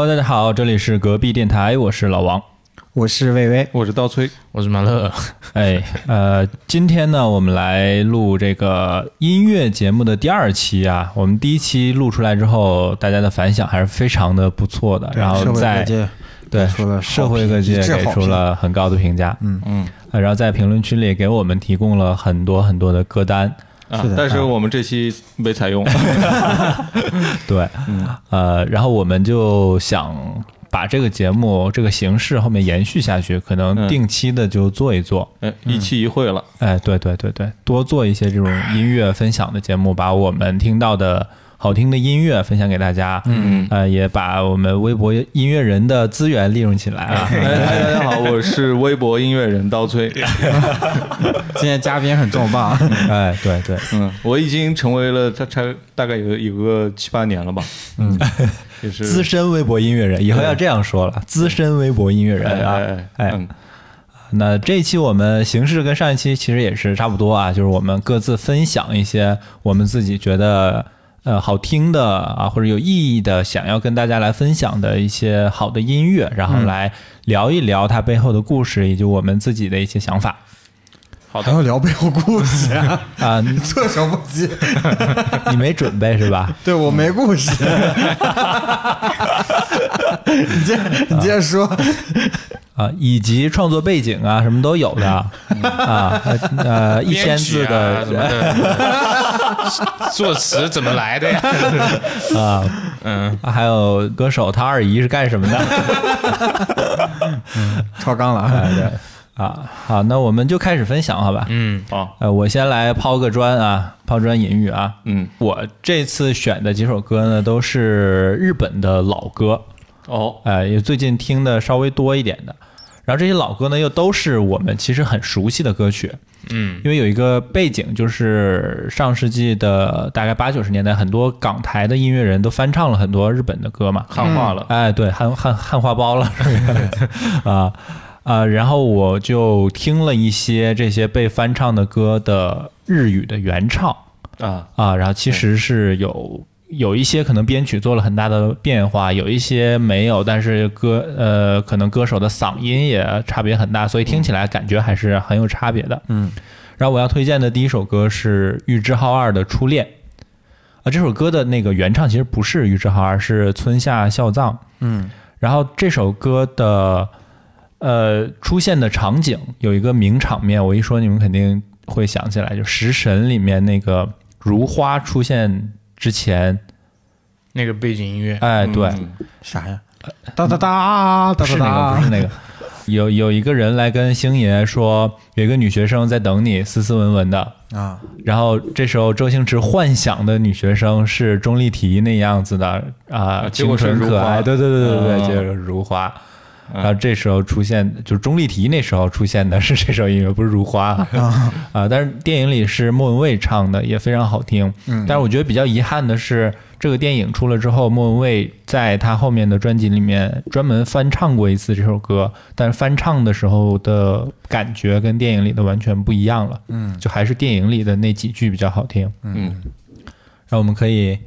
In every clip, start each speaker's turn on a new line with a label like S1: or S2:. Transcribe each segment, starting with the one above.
S1: Hello，大家好，这里是隔壁电台，我是老王。
S2: 我是魏巍，
S3: 我是刀崔，
S4: 我是马乐，
S1: 哎，呃，今天呢，我们来录这个音乐节目的第二期啊。我们第一期录出来之后，大家的反响还是非常的不错的，然后在对
S2: 出了
S1: 社会各界给出了很高的评价，
S2: 嗯
S1: 嗯，然后在评论区里给我们提供了很多很多的歌单，
S3: 啊
S2: 是的，
S3: 但是我们这期没采 用，哎
S1: 对，
S3: 嗯
S1: 呃，然后我们就想把这个节目这个形式后面延续下去，可能
S3: 嗯
S1: 定期的就做一做，
S3: 哎一期一会了，
S1: 哎，对对对对，多做一些这种音乐分享的节目，把我们听到的好听的音乐分享给大家。嗯，呃，也把我们微博音乐人的资源利用起来啊。
S3: 哎，哎大家好，我是微博音乐人刀 崔，
S2: 今天嘉宾很重磅，
S1: 哎，对对，
S3: 嗯，我已经成为了他差大概有有个七八年了吧，嗯，也是
S1: 资深微博音乐人，以后要这样说了，资深微博音乐
S3: 哎
S1: 人
S3: 哎
S1: 啊。
S3: 哎，
S1: 哎
S3: 嗯，
S1: 那这一期我们形式跟上一期其实也是差不多啊，就是我们各自分享一些我们自己觉得。呃，好听的啊，或者有意义的，想要跟大家来分享的一些好的音乐，然后来聊一聊它背后的故事，以及我们自己的一些想法
S3: 好
S2: 还
S3: 的，
S2: 要聊背后故事啊，
S1: 啊、你
S2: 措手不及。
S1: 你没准备是吧？
S2: 对我没故 事， 你 接你接着说，
S1: 啊，以及创作背景啊，什么都有 的啊，呃，一千字
S4: 编曲
S1: 的
S4: 啊什么的， 作词怎么来 的呀？
S1: 啊，
S4: 嗯，
S1: 还有歌手他二姨是干什么的？
S2: 超纲了啊！
S1: 啊，对啊，好，那我们就开始分享，好吧？
S4: 嗯，
S3: 好，
S1: 呃，我先来抛个砖啊，抛砖引玉啊。
S3: 嗯，
S1: 我这次选的几首歌呢，都是日本的老歌，
S3: 哦，
S1: 呃，也最近听的稍微多一点的。然后这些老歌呢，又都是我们其实很熟悉的歌曲，
S4: 嗯，
S1: 因为有一个背景，就是上世纪的大概八九十年代，很多港台的音乐人都翻唱了很多日本的歌嘛，
S3: 汉化了，
S1: 哎，对，汉汉汉化包了 啊啊！然后我就听了一些这些被翻唱的歌的日语的原唱
S3: 啊，
S1: 啊，然后其实是有有一些可能编曲做了很大的变化，有一些没有，但是歌呃可能歌手的嗓音也差别很大，所以听起来感觉还是很有差别的。
S2: 嗯，
S1: 然后我要推荐的第一首歌是玉置浩二的《初恋》。啊，这首歌的那个原唱其实不是玉置浩二，是村下孝藏。
S2: 嗯，
S1: 然后这首歌的呃出现的场景有一个名场面，我一说你们肯定会想起来，就《食神》里面那个如花出现之前，
S4: 那个背景音乐，
S1: 哎，对，
S3: 嗯
S2: 啥呀？哒哒哒
S1: 不
S2: 哒
S1: 是
S2: 哒
S1: 那个，
S2: 哒
S1: 不是，那个。 有有一个人来跟星爷说，有一个女学生在等你，斯斯文文的。
S2: 啊，
S1: 然后这时候周星驰幻想的女学生是钟丽缇那样子的啊，
S3: 结
S1: 清
S3: 果是
S1: 纯
S3: 如
S1: 可
S3: 花
S1: 爱，对对对对对，
S3: 嗯
S1: 就是如花。
S3: 嗯
S1: 然后这时候出现，就是钟丽缇那时候出现的是这首音乐，不是如花啊。啊，但是电影里是莫文蔚唱的，也非常好听。
S2: 嗯
S1: 但是我觉得比较遗憾的是，这个电影出了之后，莫文蔚在她后面的专辑里面专门翻唱过一次这首歌，但是翻唱的时候的感觉跟电影里的完全不一样了。
S2: 嗯
S1: 就还是电影里的那几句比较好听。
S3: 嗯，
S1: 然后我们可以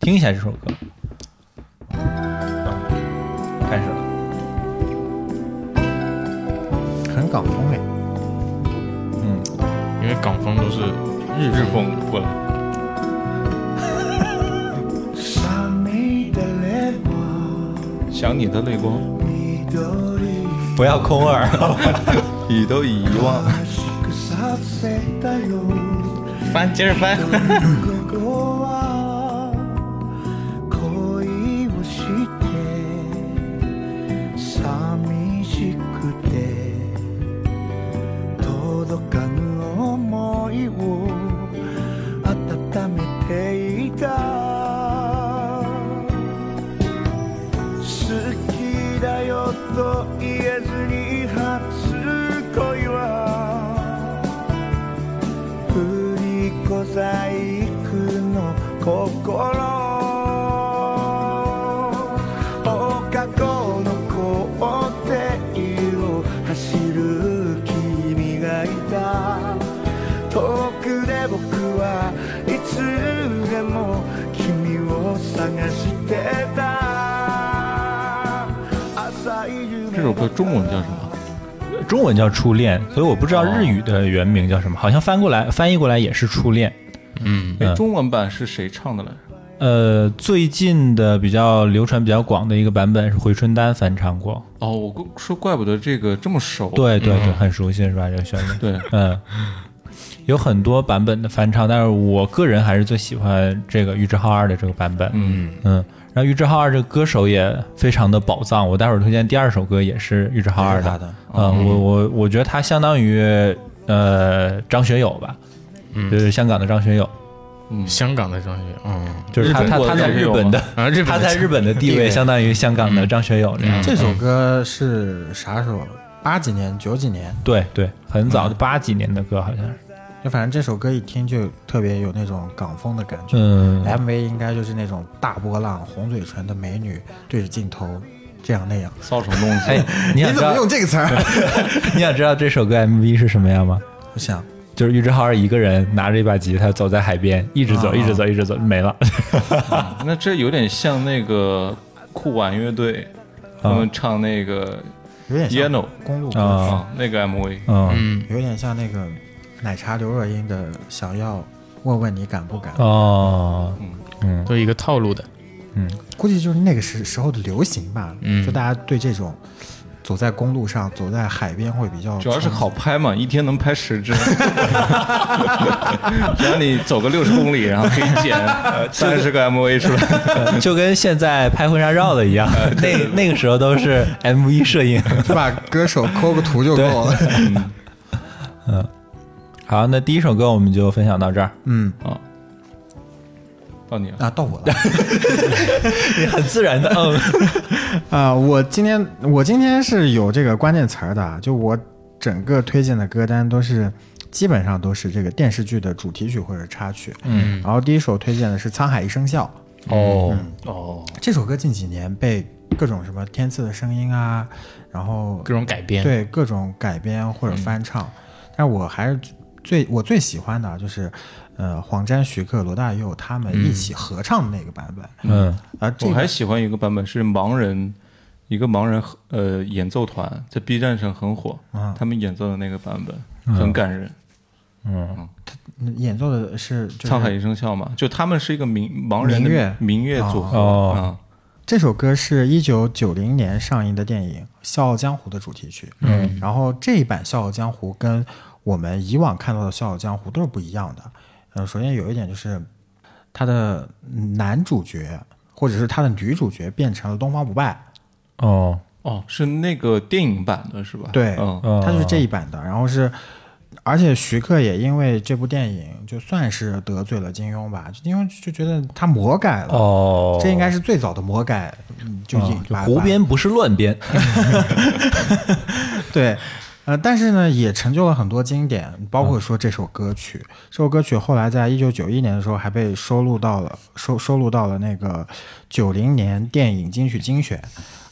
S1: 听一下这首歌。开始了，
S2: 很港风哎，
S1: 嗯，
S4: 因为港风都是
S3: 日日风过来，
S5: 傻美的泪光，
S3: 想你的泪光
S5: 你都已
S1: 不要空 耳。
S3: 已都已遗忘，
S5: くさせたよ。
S4: 翻，接着翻，
S5: ここは恋をして寂しくて届かぬ想いを温めていた。好きだよと言えずに初恋は振り子細工の心放課後の校庭を走る君がいた遠くで僕はいつでも君を探してた
S3: 这首歌中文叫什么？
S1: 中文叫《初恋》，所以我不知道日语的原名叫什么，好像翻过来翻译过来也是《初恋》。
S4: 嗯，
S3: 哎
S1: 嗯
S3: 中文版是谁唱的来着？
S1: 呃，最近的比较流传比较广的一个版本是回春丹翻唱过，
S3: 哦，我估说怪不得这个这么熟。嗯
S1: 对对
S4: 嗯
S1: 对，很熟悉是吧？这个旋律，
S3: 对，
S1: 嗯，有很多版本的翻唱，但是我个人还是最喜欢这个玉置浩二的这个版本。
S3: 嗯，
S1: 嗯，然后玉置浩二这个歌手也非常的宝藏，我待会儿推荐第二首歌也是玉置浩二
S2: 也是
S1: 的。
S2: 他的
S1: 嗯，我我我觉得他相当于呃张学友吧，就是香港的张学友，
S4: 香港的张学友，嗯，
S1: 就是他
S3: 日本
S1: 他
S3: 国
S1: 他
S3: 的
S1: 在
S3: 张学
S1: 日
S3: 友
S1: 本的
S3: 吗
S4: 啊日本的
S1: 他在日本的地
S2: 地
S1: 位
S2: 位
S1: 相当于香港的张学友这样。
S2: 嗯
S1: 嗯
S2: 这首歌是啥时候？八几年、九几年？嗯
S1: 对对，很早的八几年的歌好像是。
S2: 就反正这首歌一听就特别有那种港风的感觉。
S1: 嗯，
S2: MV 应该就是那种大波浪、红嘴唇的美女对着镜头这样那样。
S3: 搔首弄姿。
S1: 哎，
S2: 你
S1: 你想知
S2: 怎么
S1: 道
S2: 用这个词 儿？
S1: 你想知道这首歌 MV 是什么样吗？
S2: 我想，
S1: 就是玉置浩二一个人拿着一把吉他走在海边，一直
S2: 啊
S1: 走，一直走，一直走，没了。
S3: 那这有点像那个酷玩乐队，他们唱那个
S2: 啊有点像
S3: Yellow
S2: 公路歌
S1: 啊
S2: 曲，
S3: 啊，那个 MV。
S1: 嗯，
S2: 有点像那个奶茶刘若英的《想要问问你敢不敢》，
S1: 哦，
S4: 嗯
S2: 嗯
S4: 都一个套路的，
S2: 估计就是那个时时候的流行吧。
S3: 嗯
S2: 就大家对这种走在公路上、走在海边会比较
S3: 主要是
S2: 憧憬
S3: 好拍嘛，一天能拍十支， 只要你走个六十公里，然后可以剪呃 三十个 MV 出来。
S1: 就跟现在拍婚纱照的一
S2: 啊
S1: 样，那那个时候都是 MV 摄 影。
S2: 是吧？歌手抠个图就够了。嗯
S1: 嗯好，那第一首歌我们就分享到这儿，
S2: 嗯，
S3: 啊，到哦你了，
S2: 啊，到我 了。
S1: 很自然的，嗯，
S2: 啊、我今天我今天是有这个关键词儿的啊，就我整个推荐的歌单都是基本上都是这个电视剧的主题曲或者插曲。嗯，然后第一首推荐的是《沧海一声笑》嗯
S4: 哦，
S2: 这首歌，近几年被各种什么《天赐的声音》啊，然后
S4: 各种改编，，嗯
S2: 对各种改编或者翻唱，但我还是最我最喜欢的啊就是呃黄沾、徐克、罗大佑他们
S4: 嗯
S2: 一起合唱的那个版本。
S1: 嗯，
S2: 啊，这
S3: 我
S2: 个
S3: 还喜欢一个版本是盲人，一个盲人呃演奏团在 B 站上很火，
S2: 啊
S3: 他们演奏的那个版
S2: 嗯
S3: 本很感人。
S2: 演奏的是、就是、
S3: 沧海一声笑嘛，就他们是一个民盲人
S2: 民
S3: 的
S2: 乐
S3: 民乐组合啊，
S1: 哦
S2: 这首歌是一九九零年上映的电影《笑傲江湖》的主题曲。嗯，然后这一版《笑傲江湖》跟我们以往看到的《笑傲江湖》都是不一样的。嗯，首先有一点就是他的男主角或者是他的女主角变成了东方不败，
S1: 哦，
S3: 哦，是那个电影版的是吧？
S2: 对，
S3: 嗯，
S2: 他就是这一版的。然后是，而且徐克也因为这部电影就算是得罪了金庸吧，金庸就觉得他魔改了。
S1: 哦，
S2: 这应该是最早的魔改，嗯就引
S1: 就
S2: 把
S1: 胡
S2: 把
S1: 编不是乱编，
S2: 对，呃，但是呢，也成就了很多经典，包
S1: 嗯
S2: 括说这首歌曲。这首歌曲后来在一九九一年的时候还被收录到了收收录到了那个九零年电影金曲精选，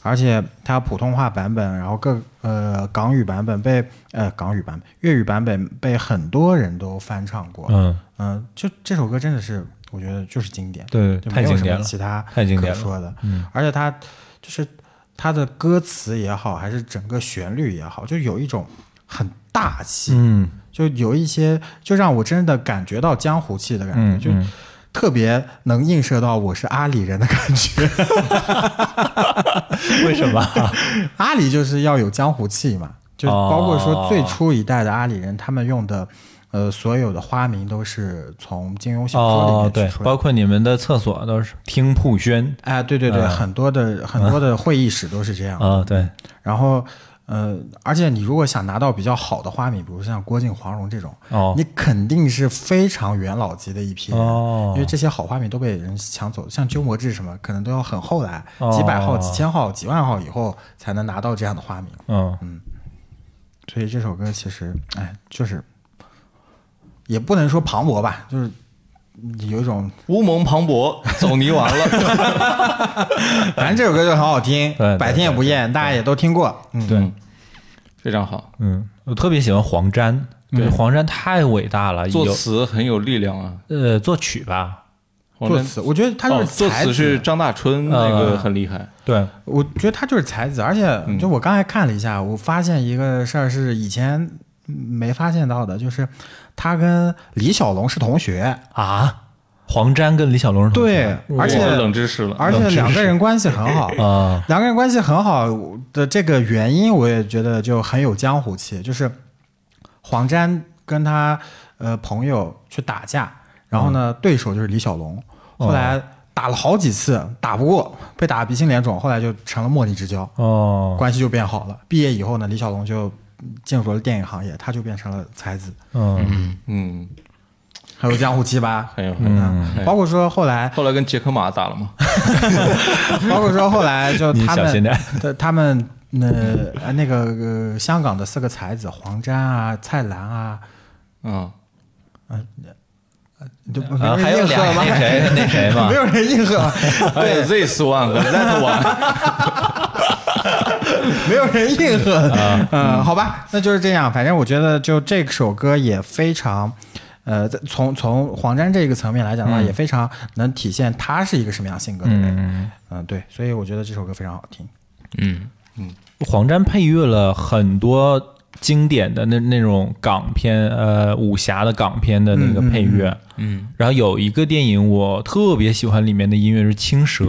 S2: 而且它普通话版本，然后各呃港语版本被呃港语版本、粤语版本被很多人都翻唱过。
S1: 嗯
S2: 嗯，就这首歌真的是，我觉得就是经典，
S1: 对
S2: 就
S1: 太
S2: 没有
S1: 经
S2: 什
S1: 典
S2: 么
S1: 了
S2: 其他
S1: 太经
S2: 可
S1: 典了
S2: 说的，嗯，而且它就是它的歌词也好，还是整个旋律也好，就有一种很大气，
S1: 嗯
S2: 就有一些就让我真的感觉到江湖气的感觉，
S1: 嗯
S2: 就。特别能映射到我是阿里人的感觉，
S1: 为什么？
S2: 阿里就是要有江湖气嘛，就
S1: 哦
S2: 包括说最初一代的阿里人，他们用的呃所有的花名都是从金庸小说里
S1: 哦
S2: 面，
S1: 对
S2: 取，出来的
S1: 包括你们的厕所都是听铺轩
S2: 哎，对对对，很多的很多的会议室都是这样。
S1: 嗯啊，对，
S2: 然后，呃，而且你如果想拿到比较好的花名，比如像郭靖、黄蓉这种，
S1: 哦
S2: 你肯定是非常元老级的一批人，
S1: 哦
S2: 因为这些好花名都被人抢走，像鸠摩智什么，可能都要很后来，
S1: 哦
S2: 几百号、几千号、几万号以后才能拿到这样的花名。
S1: 嗯，
S2: 所以这首歌其实，哎，就是也不能说磅礴吧，就是有一种
S3: 乌蒙磅礴，走泥丸了。
S2: 反正这首歌就很好听
S1: 对对，
S2: 百听也不厌，大家也都听过。嗯，
S1: 对，
S3: 非常好，
S1: 嗯，我特别喜欢黄沾，对，黄沾太伟大了，
S3: 作
S1: 有
S3: 词很有力量啊。
S1: 呃作曲吧，
S3: 王
S2: 作
S3: 源
S2: 词，我觉得他就
S3: 哦
S2: 是
S3: 作
S2: 才
S3: 词
S2: 子嗯
S3: 是张大春，那个很厉害。
S1: 对，嗯
S2: 我觉得他就是才子，而且就我刚才看了一下，我发现一个事儿是以前没发现到的，就是他跟李小龙是同学，
S1: 啊，黄沾跟李小龙是同学
S2: 对，而且
S3: 哇冷知识了，
S2: 而且两个人关系很好，
S1: 嗯 啊，
S2: 两个人关系很好的这个原因，我也觉得就很有江湖气，就是黄沾跟他呃朋友去打架，然后
S1: 嗯
S2: 呢、对手就是李小龙，
S1: 哦
S2: 后来打了好几次打不过，被打得鼻青脸肿，后来就成了莫逆之交。
S1: 哦，
S2: 关系就变好了。毕业以后呢，李小龙就嗯进入了电影行业，他就变成了才子，
S1: 嗯
S3: 嗯，
S2: 还有江湖七吧。
S3: 很有很有。
S2: 嗯，包括说后来，
S3: 后来跟杰克马打了嘛？
S2: 包括说后来就
S1: 你
S2: 他
S1: 小心
S2: 们
S1: 点，
S2: 他他们那呃那个、呃香港的四个才子黄沾啊、蔡澜啊，呃
S3: 嗯，
S2: 就没
S1: 啊，还有
S2: 人应和
S1: 俩
S2: 吗？
S1: 那谁那谁嘛
S2: 没，有人应和，
S3: 还有 this one 和 that one，
S2: 没有人应和。
S1: 啊
S2: 嗯，好吧，那就是这样。反正我觉得，就这首歌也非常，呃，在从从黄沾这个层面来讲的话，
S1: 嗯
S2: 也非常能体现他是一个什么样性格的人。嗯对，所以我觉得这首歌非常好听。
S4: 嗯，
S1: 黄沾配乐了很多经典的那那种港片，呃，武侠的港片的那个配乐，
S4: 嗯，
S1: 然后有一个电影我特别喜欢，里面的音乐是《青蛇》，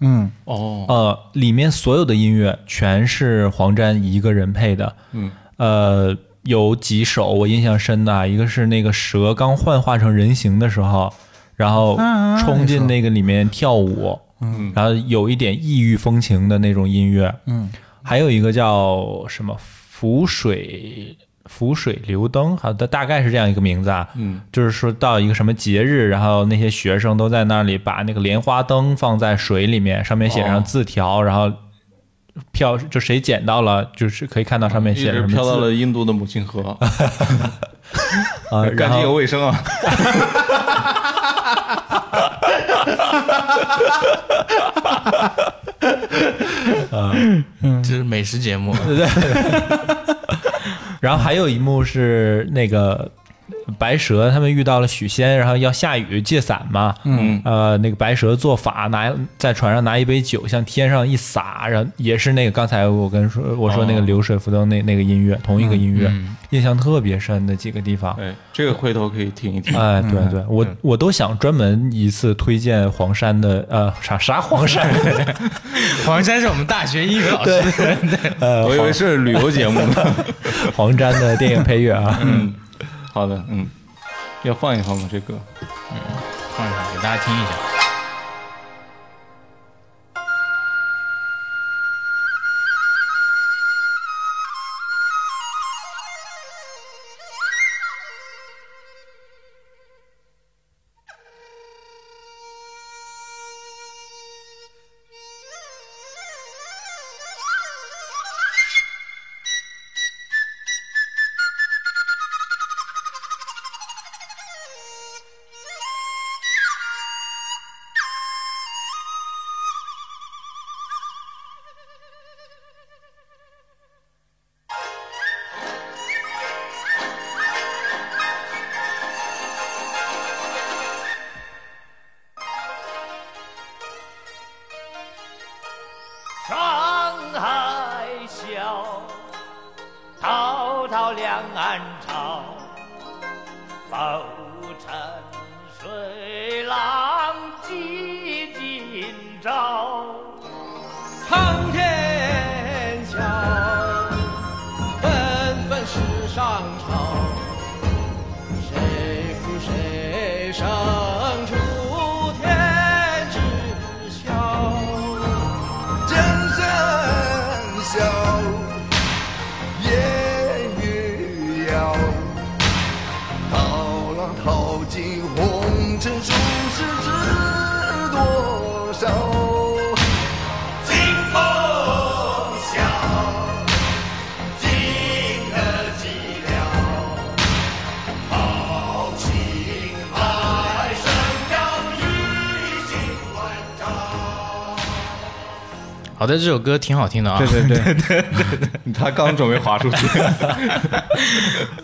S2: 嗯，
S3: 哦，
S1: 呃，里面所有的音乐全是黄沾一个人配的。
S3: 嗯，
S1: 呃，有几首我印象深的啊，一个是那个蛇刚幻化成人形的时候，然后
S2: 啊
S1: 冲进
S2: 那首
S1: 那个里面跳舞，
S3: 嗯
S1: 然后有一点异域风情的那种音乐。
S2: 嗯，
S1: 还有一个叫什么浮水。浮水流灯，好的，大概是这样一个名字啊。
S3: 嗯，
S1: 就是说到一个什么节日，然后那些学生都在那里把那个莲花灯放在水里面，上面写上
S3: 哦
S1: 字条，然后票就谁捡到了，就是可以看到上面
S3: 一直
S1: 写着什么
S3: 飘到
S1: 字
S3: 了印度的母亲河，
S1: 啊，然
S3: 干净有
S1: 后
S3: 卫生啊。
S1: 呃
S4: 这是美食节 目，
S1: 然后还有一幕是那个白蛇他们遇到了许仙，然后要下雨借伞嘛，
S3: 嗯
S2: 啊
S1: 呃，那个白蛇做法拿在船上拿一杯酒向天上一洒，然后也是那个刚才我跟说我说那个
S3: 哦
S1: 流水浮灯那那个音乐，同一个音乐，
S4: 嗯
S1: 印象特别深的几个地方。
S3: 哎，这个回头可以听 一听。
S4: 嗯
S3: 嗯
S1: 哎，对对，我我都想专门一次推荐黄山的，呃，啥啥黄 山，
S4: 黄山是我们大学英语老师，
S1: 呃，
S3: 我以为是旅游节目呢。
S1: 黄沾的电影配乐啊，
S3: 嗯，好的，嗯，要放一放吗？这歌、
S1: 嗯
S4: 放一下给 大家听一下。
S6: 上海笑，滔滔两岸潮，浮沉水浪几今朝。苍天笑，纷纷世上潮，谁负谁胜出天知晓。
S5: 江山笑，烟雨遥。涛浪淘尽红尘俗世知多少？
S6: 清风笑，今可寂寥。豪情百声扬，一心关照。
S4: 好的，这首歌挺好听的啊。
S2: 对对 对，
S3: 他刚准备滑出去，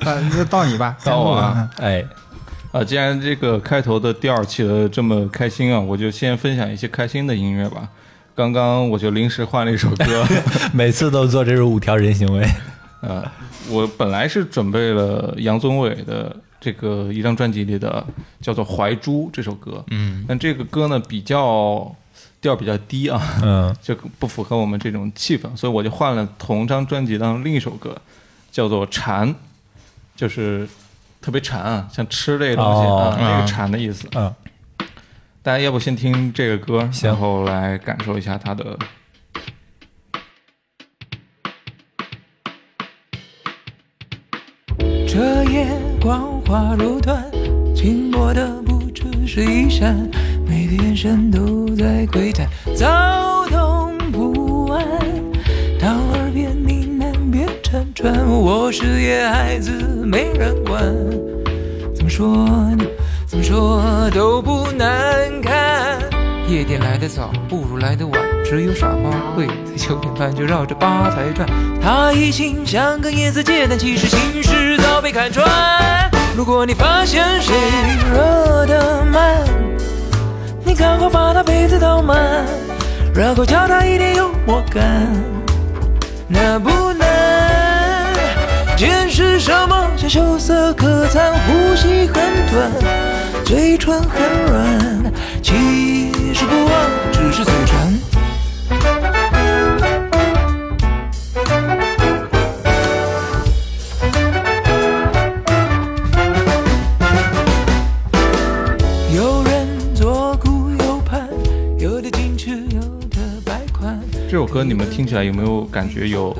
S2: 呃，就到你吧，
S3: 到我啊
S2: 嗯
S1: 哎，
S3: 啊，既然这个开头的调儿起的这么开心啊，我就先分享一些开心的音乐吧。刚刚我就临时换了一首歌，
S1: 每次都做这种五条人行为。
S3: 呃，我本来是准备了杨宗纬的这个一张专辑里的叫做《怀珠》这首歌，嗯，但这个歌呢比较调儿比较低啊，
S1: 嗯，
S3: 就不符合我们这种气氛，所以我就换了同张专辑当中另一首歌，叫做《馋》，就是特别馋啊，像吃类东西、
S1: 哦
S3: 啊，那个馋的意思。
S1: 嗯，
S3: 大家要不先听这个歌，
S1: 行
S3: 然后来感受一下它的
S7: 这夜光滑如缎，经过的不只是一闪，每个眼神都在窥探，躁动不安。到耳边呢喃别辗转，我是野孩子，没人管。怎么说呢？怎么说都不难看。夜店来得早，不如来得晚，只有傻瓜会在九点半就绕着吧台转。他一心想跟叶子借，但其实心事早被看穿。如果你发现谁热得慢，你赶快把他杯子倒满，然后教他一点幽默感。那不难。见识什么叫羞涩可餐，呼吸很短，嘴唇很软，其实不忘，只是嘴馋。有人左顾右盼，有的矜持，有的摆款。
S3: 这首歌，你们听起来有没有感觉有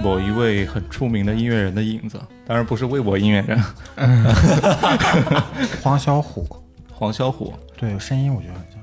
S3: 某一位很出名的音乐人的影子？当然不是魏博音乐人，
S2: 嗯 黄小琥，
S3: 黄小琥。
S2: 对，声音我觉得很像。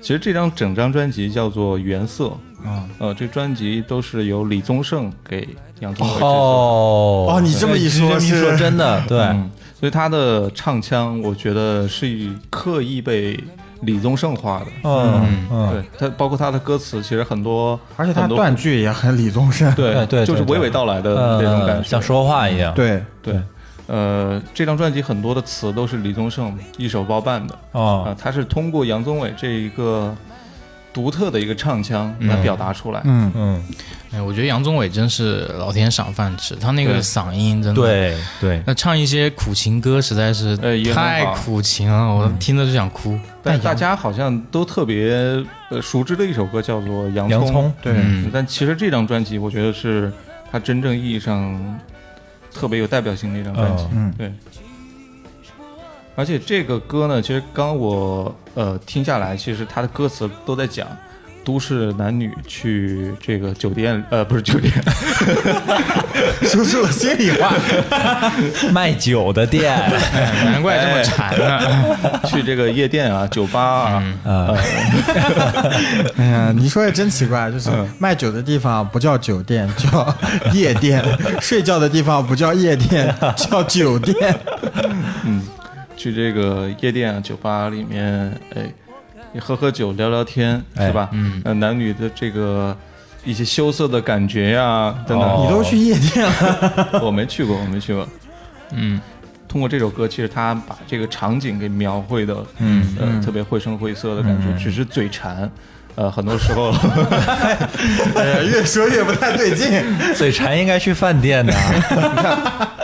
S3: 其实这张整张专辑叫做《原色》，
S2: 嗯，
S3: 呃，这专辑都是由李宗盛给杨宗纬制作。
S1: 哦
S2: 哦，你这么一说
S1: 你这么一
S2: 是
S1: 说真的对。
S3: 嗯，所以他的唱腔，我觉得是刻意被李宗盛化的。
S1: 嗯嗯，
S3: 对他，包括他的歌词，其实很多，
S2: 而且他
S3: 很多
S2: 断句也很李宗盛。
S3: 哎对
S1: 对对
S3: 就是
S1: 对
S3: 娓
S1: 对
S3: 娓道来的
S1: 呃
S3: 那种感觉，
S1: 像说话一样。
S2: 对，
S3: 对，呃，这张专辑很多的词都是李宗盛一手包办的啊、
S1: 哦，
S3: 他是通过杨宗纬这一个独特的一个唱腔来表达出来。
S2: 嗯，
S1: 嗯，
S4: 哎，我觉得杨宗纬真是老天赏饭吃，他那
S3: 对
S4: 个嗓音真的。
S1: 对对，哎
S4: 那唱一些苦情歌实在是
S3: 呃也很
S4: 太
S3: 好
S4: 苦情了，我
S1: 嗯
S4: 听着就想哭。
S3: 但大家好像都特别呃熟知的一首歌叫做《洋
S1: 洋葱，
S2: 对，
S4: 嗯，
S3: 但其实这张专辑我觉得是他真正意义上特别有代表性的一张专辑。
S1: 嗯
S2: 嗯，
S3: 对。而且这个歌呢，其实刚我呃听下来，其实它的歌词都在讲都市男女去这个酒店，呃，不是酒店，
S2: 说出了心里 话。
S1: 卖酒的店，哎
S4: 难怪这么馋呢。
S3: 去这个夜店啊、酒吧啊，
S1: 呃，
S2: 哎呀，你说也真奇怪，就是
S3: 嗯
S2: 卖酒的地方不叫酒店，叫夜店；睡觉的地方不叫夜店，叫酒店。
S3: 去这个夜店啊、酒吧里面，哎，你喝喝酒、聊聊天，是吧？嗯，呃，男女的这个一些羞涩的感觉呀、等等，
S1: 哦
S2: 你都去夜店了，
S3: 我没去过，我没去过。
S4: 嗯，
S3: 通过这首歌，其实他把这个场景给描绘的，嗯，呃，特别绘声绘色的感觉，只是嘴馋，呃，很多时候
S2: 哎呀，越说越不太对劲。
S3: 嗯
S1: 嘴馋应该去饭 店的。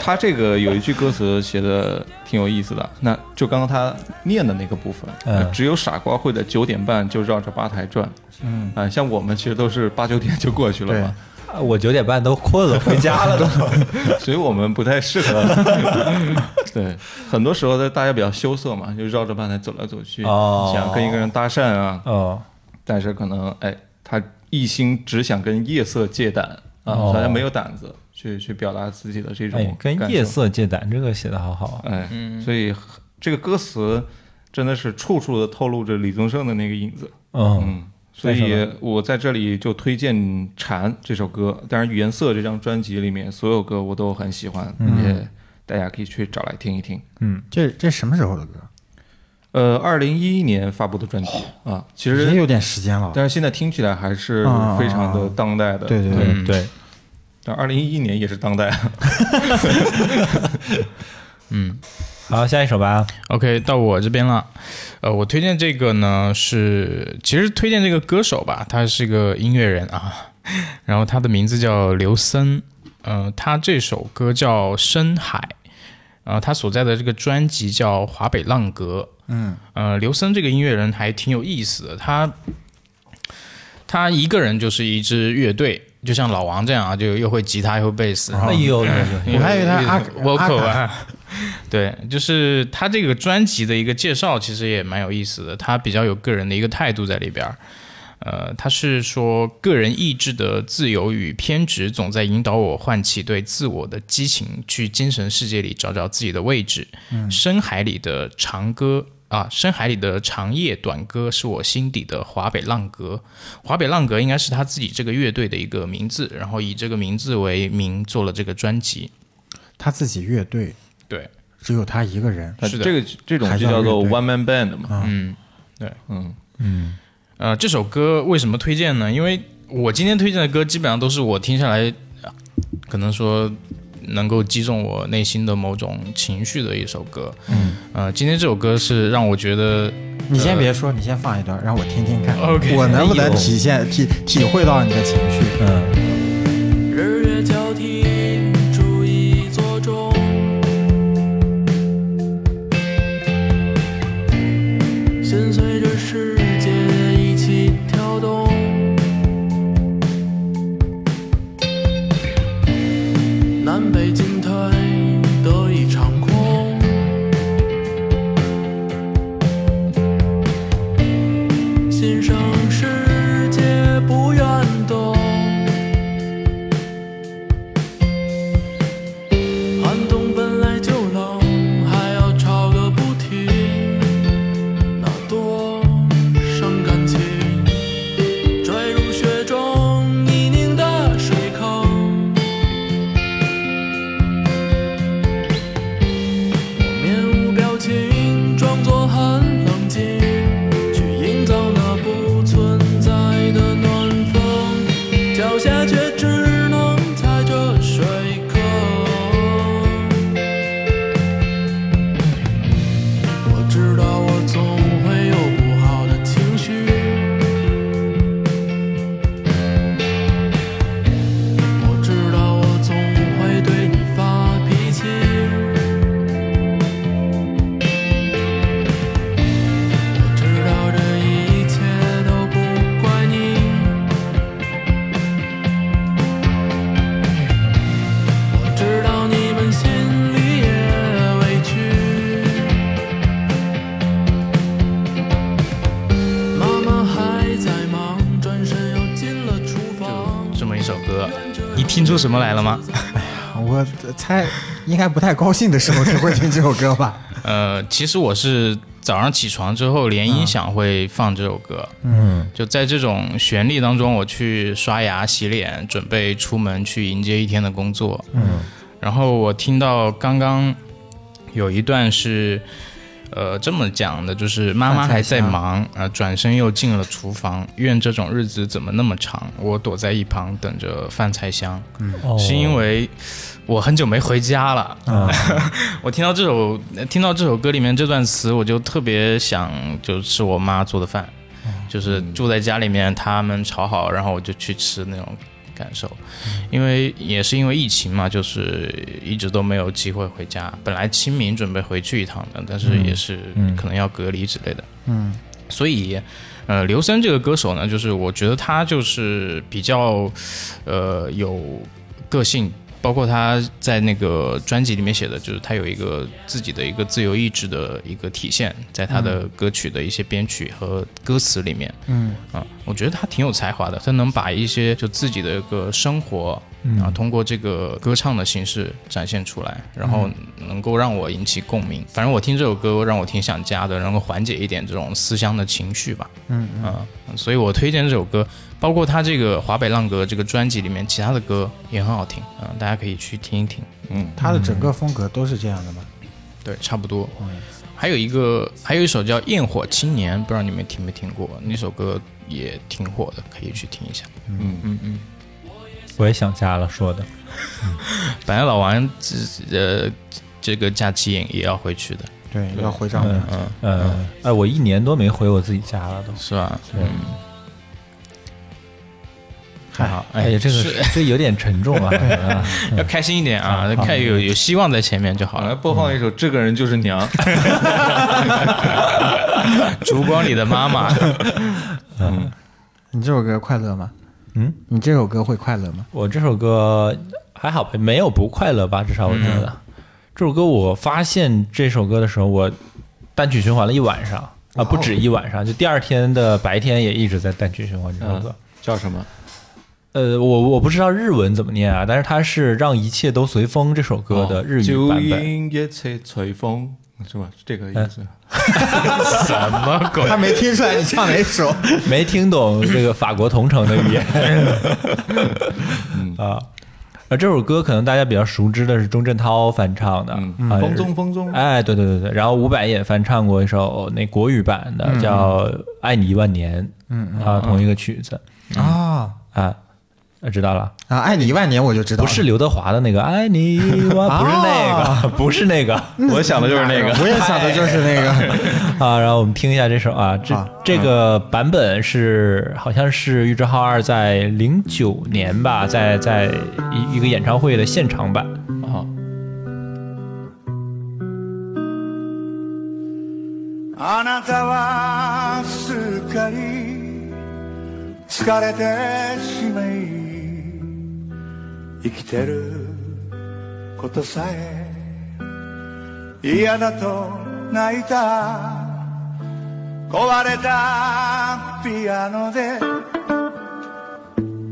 S3: 他这个有一句歌词写的挺有意思的，那就刚刚他念的那个部分，
S1: 嗯
S3: 呃只有傻瓜会在九点半就绕着吧台转，嗯，啊、像我们其实都是八九点就过去了嘛，
S1: 啊我九点半都困了，回家了都。
S3: 所以我们不太适 合。对，很多时候呢大家比较羞涩嘛，就绕着吧台走来走去，
S1: 哦
S3: 想跟一个人搭讪啊，
S1: 哦，
S3: 但是可能哎，他一心只想跟夜色借胆啊，
S1: 哦
S3: 好像没有胆子去去表达自己的这
S1: 哎
S3: 种，
S1: 跟
S3: 感受
S1: 夜色借胆，这个写的好好啊。
S3: 哎，
S4: 嗯
S3: 所以这个歌词真的是处处的透露着李宗盛的那个影子，
S1: 嗯，
S3: 嗯。所以，我在这里就推荐《蝉》这首歌。当然，《原色》这张专辑里面所有歌我都很喜欢，
S1: 嗯
S3: 也大家可以去找来听一听。
S2: 嗯这这什么时候的歌？
S3: 呃，二零一一年发布的专辑啊，其
S2: 也哦有
S3: 实，
S2: 点时间了。
S3: 但是现在听起来还是
S2: 啊
S3: 非常的当代的。嗯
S2: 对对对，
S1: 对对，
S3: 但二零一一年也是当代。
S4: 嗯，
S1: 好，下一首吧。
S4: OK，到我这边了。呃，我推荐这个呢是，其实推荐这个歌手吧，他是个音乐人啊， 然后他的名字叫刘森。呃，他这首歌叫《深海》，呃，他所在的这个专辑叫《华北浪歌》。嗯，呃，刘森这个音乐人还挺有意思的，他他一个人就是一支乐队，就像老王这样啊，就又会吉他又会贝斯，然后
S2: 哦
S1: 哎呦，哎
S2: 我
S1: 呦
S2: 还以为他阿
S4: 我
S2: 阿
S4: 口
S2: 卡
S4: 啊。对，就是他这个专辑的一个介绍，其实也蛮有意思的。他比较有个人的一个态度在里边儿。呃，他是说个人意志的自由与偏执总在引导我唤起对自我的激情，去精神世界里找找自己的位置。深海里的长歌啊，深海里的长夜短歌是我心底的华北浪歌。华北浪歌应该是他自己这个乐队的一个名字，然后以这个名字为名做了这个专辑。
S2: 他自己乐队
S4: 对，
S2: 只有他一个人，
S3: 它
S4: 是的
S3: 这个这种
S2: 还
S3: 就
S2: 叫
S3: 叫做
S2: 乐队啊
S3: one man band 嘛，
S4: 嗯，对，
S3: 嗯，
S4: 呃，这首歌为什么推荐呢？因为我今天推荐的歌基本上都是我听下来，呃可能说能够击中我内心的某种情绪的一首歌。嗯，呃，今天这首歌是让我觉得呃
S2: 你
S1: 呃
S2: 先别说，你先放一段，让我听听看
S4: OK
S2: 我能不能体现体体会到你的情绪？
S1: 嗯，
S8: 日月交替，出一座钟。心随着世界一起跳动。南北进退得以畅空。心生世界不愿动。寒冬本来就冷，还要吵个不停，那多伤感情。坠入雪中泥泞的水坑，我面无表情，装作很冷静，去营造那不存在的暖风，脚下却只能踩着水坑。我知道我总会有不好的情绪，我知道我总会对你发脾气。我知道这一切都不怪你，我知道你们心里也委屈。妈妈还在忙，转身又进了厨房。
S4: 这么一首歌，你听出什么来了吗？
S2: 我猜应该不太高兴的时候才会听这首歌 吧？
S4: 呃，其实我是早上起床之后连音响会放这首歌，嗯，就在这种旋律当中，我去刷牙、洗脸，准备出门去迎接一天的工作，嗯，然后我听到刚刚有一段是。呃，这么讲的就是妈妈还在忙，呃，转身又进了厨房。愿这种日子怎么那么长？我躲在一旁等着饭菜香，
S9: 哦
S4: 是因为我很久没回家了。 我听到这首听到这首歌里面这段词，我就特别想就吃我妈做的饭，就是住在家里面，他们炒好，然后我就去吃那种感受。因为也是因为疫情嘛，就是一直都没有机会回家。本来清明准备回去一趟的，但是也是可能要隔离之类的。嗯，所以。呃，刘森这个歌手呢，就是我觉得他就是比较，呃，有个性，包括他在那个专辑里面写的，就是他有一个自己的一个自由意志的一个体现，在他的歌曲的一些编曲和歌词里面。嗯啊，我觉得他挺有才华的，他能把一些就自己的一个生活。啊，通过这个歌唱的形式展现出来，然后能够让我引起共鸣。反正我听这首歌，让我挺想家的，能够缓解一点这种思乡的情绪吧。嗯啊，所以我推荐这首歌，包括他这个《华北浪歌》这个专辑里面其他的歌也很好听啊、大家可以去听一听。嗯
S2: 他的
S1: 嗯
S2: 整个风格都是这样的吗？
S4: 对，差不多。还有一个，还有一首叫《焰火青年》，不知道你们听没听过？那首歌也挺火的，可以去听一下。
S3: 嗯
S1: 我也想家了，说的。
S4: 本来老王这呃这个假期也也要回去的，
S2: 对，要回丈母娘家。
S1: 嗯，哎，我一年多没回我自己家了都。
S4: 是吧？嗯，
S2: 嗨嗯
S4: 好，
S1: 哎呀，这个
S4: 是
S1: 这有点 沉重啊。啊
S4: 嗯要开心一点啊，看有有希望在前面就好
S3: 好，来
S4: 了。嗯
S3: 播放一首《这个人就是娘》。
S4: 烛光里的妈 妈，
S2: 嗯你这首歌快乐吗？
S1: 嗯，
S2: 你这首歌会快乐吗？
S1: 我这首歌还好吧，没有不快乐吧，至少我觉
S2: 嗯
S1: 得。这首歌我发现这首歌的时候，我单曲循环了一晚上
S2: 哦
S1: 啊，不止一晚上，就第二天的白天也一直在单曲循环这首
S2: 嗯
S1: 歌。
S3: 叫什么？
S1: 呃，我我不知道日文怎么念啊，但是它是《让一切都随风》这首
S3: 哦
S1: 歌
S2: 哦
S1: 的日语
S3: 就
S1: 版本。
S3: 因一切随风，是吧？是这个意思。
S4: 什么鬼？
S2: 他没听出来你唱哪首。
S1: 没听懂这个法国同城的语 言。啊，而这首歌可能大家比较熟知的是钟镇涛翻唱的，
S3: 嗯，
S1: 啊
S3: 风中风中，
S1: 哎，对对对对，然后伍佰也翻唱过一首那国语版的，叫《爱你一万年》，嗯啊，同一个曲子
S2: 啊
S1: 啊，呃知道了，
S2: 啊！爱你一万年，我就知道
S1: 不
S2: 了啊
S1: 是刘德华的那个《爱你一万》，不是那个， 不是 那个
S3: 我想的就是那个。
S2: 我也想的就是那个。
S1: 啊。然后我们听一下这首啊，这
S2: 啊
S1: 这个版本是好像是玉置浩二在零九年吧，在在一一个演唱会的现场版。
S3: 啊，
S5: あなたはすっかり疲れてしまい生きてることさえ嫌だと泣いた壊れたピアノで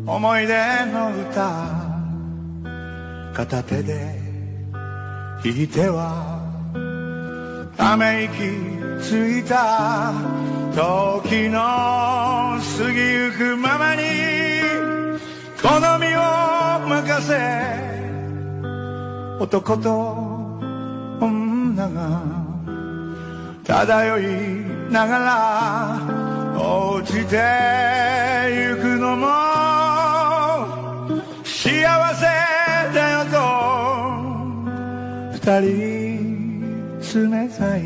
S5: 思い出の歌片手で右手はため息ついた時の過ぎゆくままに好みを任せ男と女が漂いながら落ちてゆくのも幸せだよと二人冷たい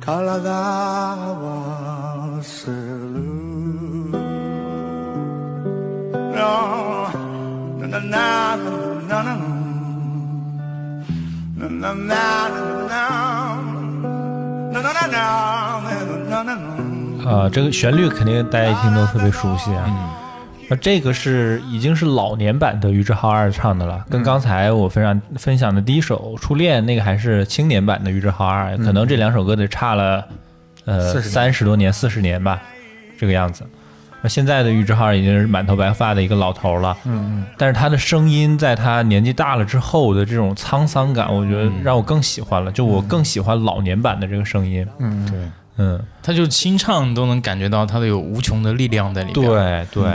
S5: 体はする No, na na na na na na na na na na na na na na na na na na
S1: 啊，这个旋律肯定大家一听都特别熟悉啊。而这个是已经是老年版的于志浩二唱的了，跟刚才我分享分享的第一首《初恋》那个还是青年版的于志浩二，可能这两首歌得差了呃
S2: 40
S1: 三嗯十多年、四十年吧，这个样子。那现在的于志浩二已经是满头白发的一个老头了，嗯嗯，但是他的声音在他年纪大了之后的这种沧桑感，我觉得让我更喜欢了，就我更喜欢老年版的这个声音，
S2: 嗯，
S4: 对，
S1: 嗯，
S4: 他就清唱都能感觉到他的有无穷的力量在里面。嗯
S1: 对对，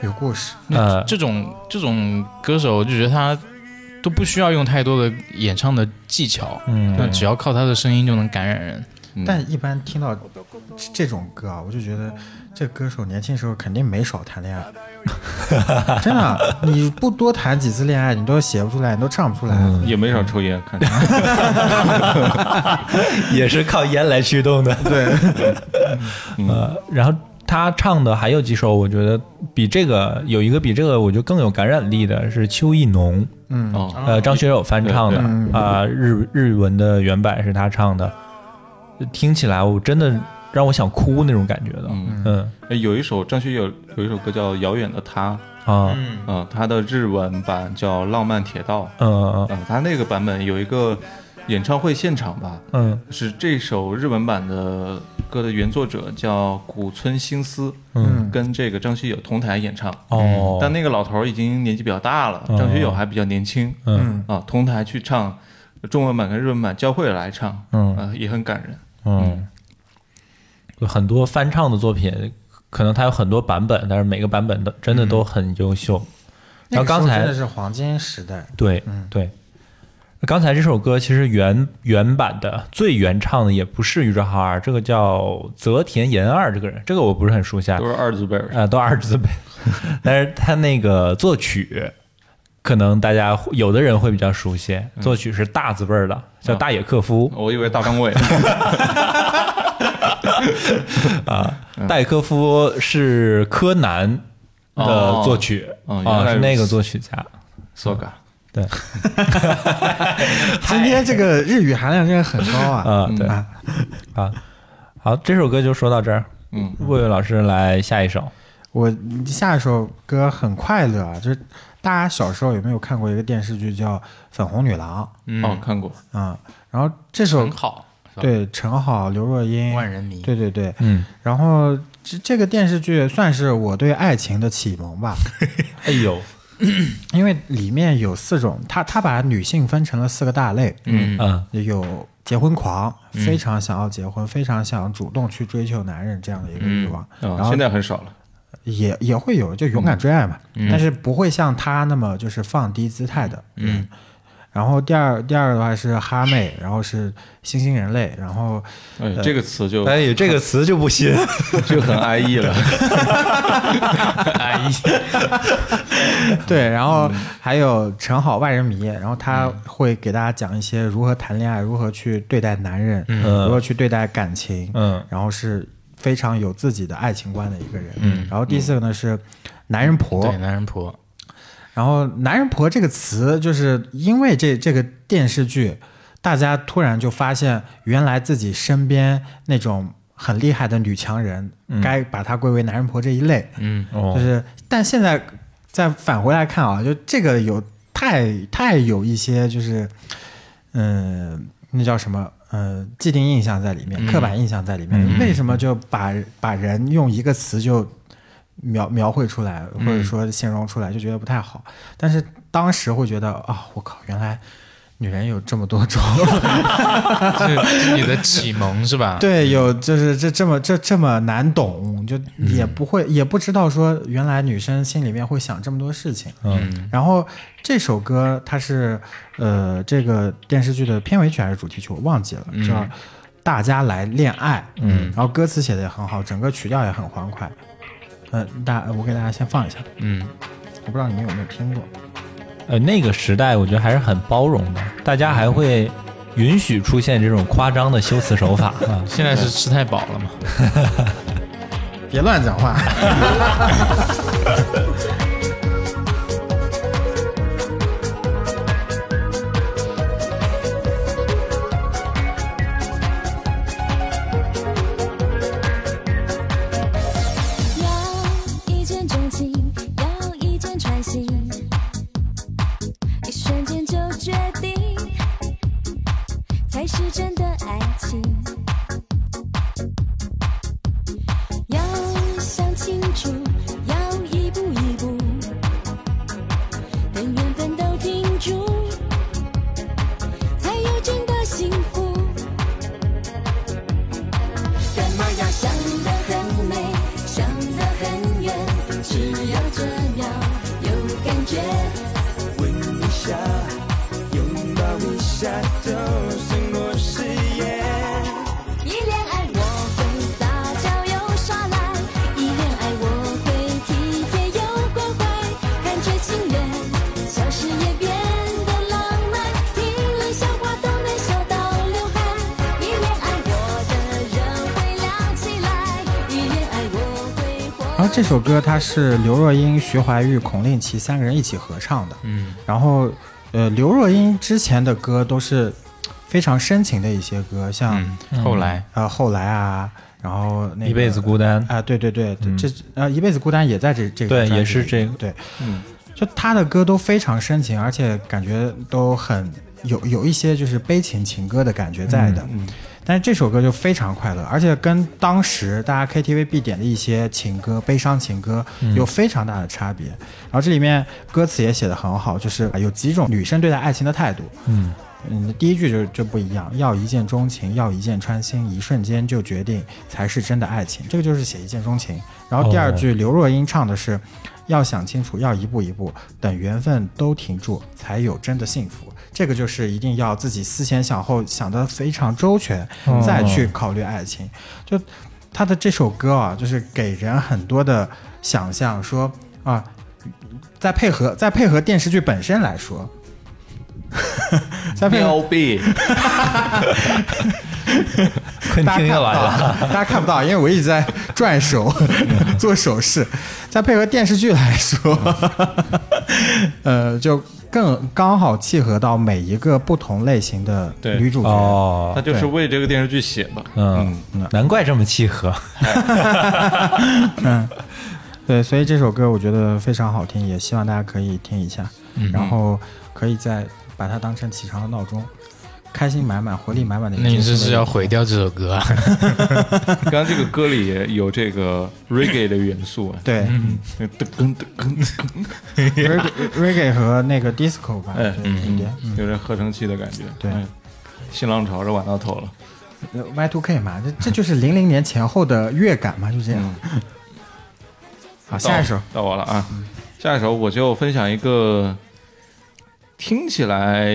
S2: 有故事。
S1: 呃，
S4: 这种这种歌手，我就觉得他都不需要用太多的演唱的技巧，
S1: 嗯
S4: 那只要靠他的声音就能感染人。
S3: 嗯
S2: 但一般听到这这种歌啊，我就觉得这歌手年轻时候肯定没少谈 恋爱。真的，啊你不多谈几次恋爱，你都写不出来，你都唱不出来。
S1: 嗯
S3: 也没少抽烟，看起来。
S1: 也是靠烟来驱动 的。对，呃，然后他唱的还有几首，我觉得比这个有一个比这个我觉得更有感染力的是《秋意浓》，
S4: 嗯
S3: 哦，
S1: 呃，张学友翻唱的
S3: 对
S2: 对
S1: 啊、日日文的原版是他唱的，听起来我真的让我想哭那种感觉的，
S3: 嗯
S1: 嗯
S3: 哎有一首张学友有一首歌叫《遥远的他》，
S1: 啊，
S4: 嗯，
S3: 啊，他的日文版叫《浪漫铁道》，
S1: 嗯
S3: 啊，他那个版本有一个演唱会现场吧，
S1: 嗯
S3: 是这首日文版的歌的原作者叫古村新司，
S1: 嗯，
S3: 跟这个张学友同台演唱。
S1: 哦，
S3: 但那个老头儿已经年纪比较大了，
S1: 哦
S3: 张学友还比较年轻
S1: 嗯
S3: 啊，同台去唱中文版跟日文版交汇来唱，
S1: 嗯
S3: 啊，也很感人。
S1: 嗯，有很多翻唱的作品，可能它有很多版本，但是每个版本的真的都很优秀。
S2: 嗯那
S1: 然
S2: 个
S1: 后
S2: 时候嗯
S1: 刚才
S2: 真的是黄金时代，
S1: 对，对。刚才这首歌其实原原版的最原唱的也不是于志浩二，这个叫泽田研二这个人，这个我不是很熟悉啊
S3: 都，是二字辈儿，
S1: 呃，都二字辈，但是他那个作曲可能大家有的人会比较熟悉，作曲是大字辈儿的，叫大野克夫
S3: 嗯啊我以为大 张伟，
S1: 啊。大野克夫是柯南的
S3: 哦
S1: 作曲
S3: 哦原
S1: 啊，
S3: 来
S1: 是
S3: 如
S1: 那个
S3: 此
S1: 作曲家。
S3: 索嘎，
S1: 对，
S2: 今天这个日语含量真的很高啊！
S1: 啊，
S3: 嗯
S1: 对
S2: 啊，
S1: 啊，好，这首歌就说到这儿。
S3: 嗯，
S1: 魏魏老师来下一首。
S2: 我下一首歌很快乐啊，就是大家小时候有没有看过一个电视剧叫《粉红女郎
S3: 哦，看过，》
S2: 啊？然后这首
S4: 很嗯好，是吧，
S2: 对陈好、刘若英，
S4: 万人迷，
S2: 对对对，
S1: 嗯，
S2: 然后这这个电视剧算是我对爱情的启蒙 吧，
S1: 哎呦，
S2: 因为里面有四种，他他把女性分成了四个大类，
S4: 嗯
S1: 嗯
S2: 有结婚狂，非常想要结婚，非常想主动去追求男人这样的一个欲望，
S3: 啊，
S2: 嗯然后
S3: 现在嗯很少了，
S2: 也也会有就勇敢追爱嘛，但是不会像他那么就是放低姿态的，嗯。然后第二第二的话是哈妹，然后是新兴人类，然后呃
S3: 哎，这个词就
S1: 哎呦，这个词就不新。
S3: 就很安 逸了，
S4: 哎，
S2: 对，然后
S3: 嗯
S2: 还有陈好万人迷，然后他会给大家讲一些如何谈恋爱，如何去对待男人，
S3: 嗯
S2: 如何去对待感情，
S1: 嗯
S2: 然后是非常有自己的爱情观的一个人，嗯，然后第四个呢是男人婆，
S4: 对，男人婆，
S2: 然后“男人婆”这个词，就是因为这这个电视剧，大家突然就发现，原来自己身边那种很厉害的女强人，该把她归为男人婆这一类。
S4: 嗯，
S1: 哦
S2: 就是，但现在再返回来看啊，就这个有太太有一些就是，嗯、那叫什么？呃，既定印象在里面，刻板印象在里面。为什么就把把人用一个词就描描绘出来，或者说形容出来，就觉得不太好。但是当时会觉得啊、我靠，原来女人有这么多种，
S4: 这这是你的启蒙是吧？，
S2: 对，有就是这这么这这么难懂，就也不会、也不知道说原来女生心里面会想这么多事情。啊
S1: 嗯，
S2: 然后这首歌它是呃这个电视剧的片尾曲还是主题曲，我忘记了，
S5: 嗯
S2: 叫《大家来恋爱》。嗯，然后歌词写的也很好，整个曲调也很欢快。嗯、大我给大家先放一下，
S4: 嗯，
S2: 我不知道你们有没有听过。
S1: 呃，那个时代我觉得还是很包容的，大家还会允许出现这种夸张的修辞手法啊。
S4: 现在是吃太饱了嘛，
S2: 别乱讲话。
S10: 要一见钟情，要一见穿心，一瞬间就决定，才是真的爱情。要想清楚，要一步一步，等缘分都停住，才有真的幸福。干嘛要想得很美，想得很远？只要这秒有感觉，
S5: 吻一下，拥抱一下，都胜过誓言。
S10: 一恋爱我会撒娇又耍赖，一恋爱我会体贴又关怀，感觉情缘消失也变得浪漫，听冷笑话都能笑到流汗。一恋爱我的人会亮起来，一恋爱我会活。
S2: 然后这首歌它是刘若英、徐怀钰、孔令奇三个人一起合唱的。嗯，然后呃，刘若英之前的歌都是非常深情的一些歌，像、
S4: 嗯，后来
S2: 呃后来啊，然后那个、
S1: 一辈子孤单嗯
S2: 啊，对对对，这呃一辈子孤单也在这这个
S1: 对
S2: 专辑
S1: 也是
S2: 里
S1: 这个
S2: 对，嗯，就他的歌都非常深情，而且感觉都很有有一些就是悲情情歌的感觉在
S1: 嗯
S2: 的。但是这首歌就非常快乐，而且跟当时大家 KTV 必点的一些情歌、悲伤情歌有非常大的差别。然后这里面歌词也写得很好，就是有几种女生对待爱情的态度。嗯第一句就就不一样，要一见钟情，要一见穿心，一瞬间就决定才是真的爱情。这个就是写一见钟情。然后第二句、刘若英唱的是，要想清楚，要一步一步，等缘分都停住，才有真的幸福。这个就是一定要自己思前想后，想得非常周全，再去考虑爱情。就他的这首歌啊，就是给人很多的想象，说啊，再配合再配合电视剧本身来说， 再配合
S3: 喵 逼，
S1: 昆
S2: 大家
S1: 汀
S2: 看
S1: 又
S2: 不
S1: 来了。
S2: 到， 大家看不到，因为我一直在转 手做手势。再配合电视剧来说，呃，就更刚好契合到每一个不同类型的
S3: 对
S2: 女主角。
S1: 哦
S3: 他，就是为这个电视剧写的。
S1: 嗯，难怪这么 契合。
S2: 嗯对，所以这首歌我觉得非常好听，也希望大家可以听一下，
S1: 嗯
S2: 然后可以再把它当成起床的闹钟，开心满满、活力满满的一个
S4: 嗯那
S2: 精
S4: 你
S2: 神的
S4: 这
S2: 一天。
S4: 是要毁掉这首歌啊？
S3: 刚刚这个歌里也有这个 reggae 的元素，啊嗯
S2: 对
S3: 噔噔噔噔
S2: reggae reggae 和那个 disco 吧，
S4: 嗯
S3: 哎
S2: 对有点
S3: 噔，有点合成器的感觉。
S2: 对
S3: 哎，新浪潮这晚到头了。
S2: 嗯 Y two K 嘛，这这就是零零年前后的乐感嘛，就这样。 好，啊下一首，
S3: 到我了啊！下一首我就分享一个听起来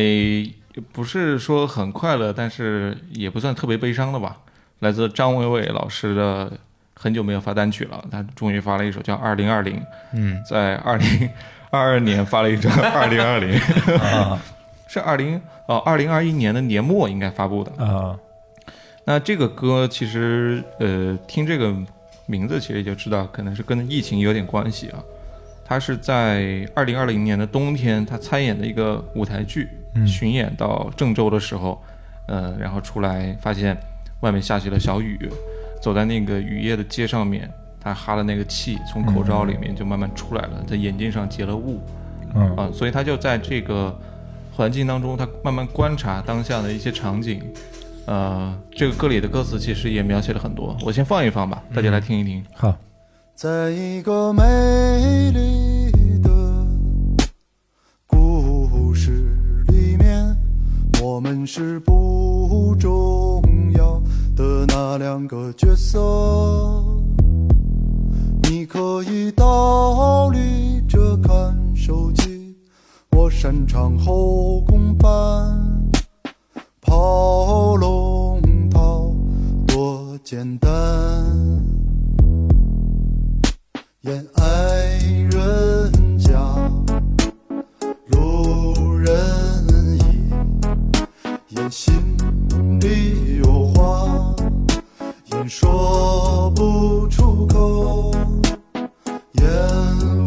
S3: 不是说很快乐，但是也不算特别悲伤的吧。来自张伟伟老师的很久没有发单曲了，他终于发了一首叫《二零二零》。嗯，在二零二二年发了 一张《二零二零》，
S2: 啊
S3: 是二零哦，二零二一年的年末应该发布的。
S1: 啊，
S3: 那这个歌其实，呃，听这个名字其实也就知道，可能是跟疫情有点关系啊。他是在二零二零年的冬天，他参演的一个舞台剧，巡演到郑州的时候，呃，然后出来发现外面下起了小雨，走在那个雨夜的街上面，他哈的那个气从口罩里面就慢慢出来了，在眼睛上结了雾，
S1: 嗯
S3: 啊，所以他就在这个环境当中，他慢慢观察当下的一些场景。呃，这个歌里的歌词其实也描写了很多，我先放一放吧，大家来听一听。
S1: 好，
S11: 在一个美丽的故事里面，我们是不重要的那两个角色。你可以倒立着看手机，我擅长后空翻。跑龙套多简单，演爱人甲，路人乙，演心里有话，演说不出口，演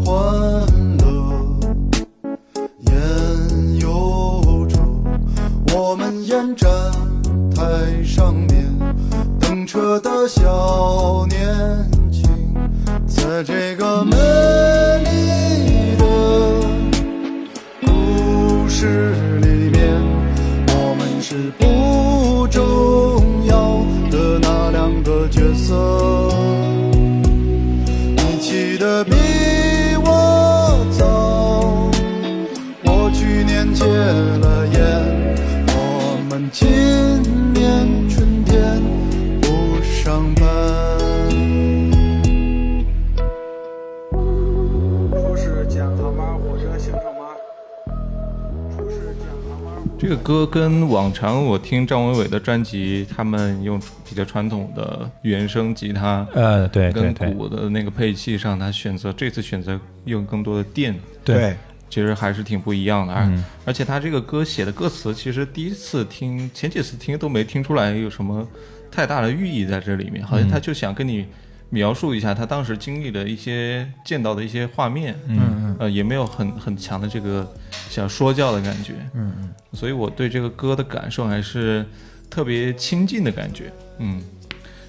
S11: 欢乐。演忧愁，我们沿站台上面等车的小年轻，在这个美丽的故事里面，我们是不重要的那两个角色。你起得比我早，我去年戒了烟，我们今年春天不上班。
S10: 嗯
S9: 出事检查吗？火车行程吗？出事检查吗？
S3: 这个歌跟往常我听张伟伟的专辑，他们用比较传统的原声吉他
S1: 呃，对对
S3: 跟
S1: 对
S3: 鼓的那个配器上，他选择这次选择用更多的电，
S1: 对，嗯
S3: 其实还是挺不一样的。而、啊而且他这个歌写的歌词，其实第一次听、前几次听都没听出来有什么太大的寓意在这里面，
S1: 嗯
S3: 好像他就想跟你描述一下他当时经历的一些见到的一些画面，嗯，呃，也没有很很强的这个想说教的感觉，嗯嗯，所以我对这个歌的感受还是特别亲近的感觉，嗯。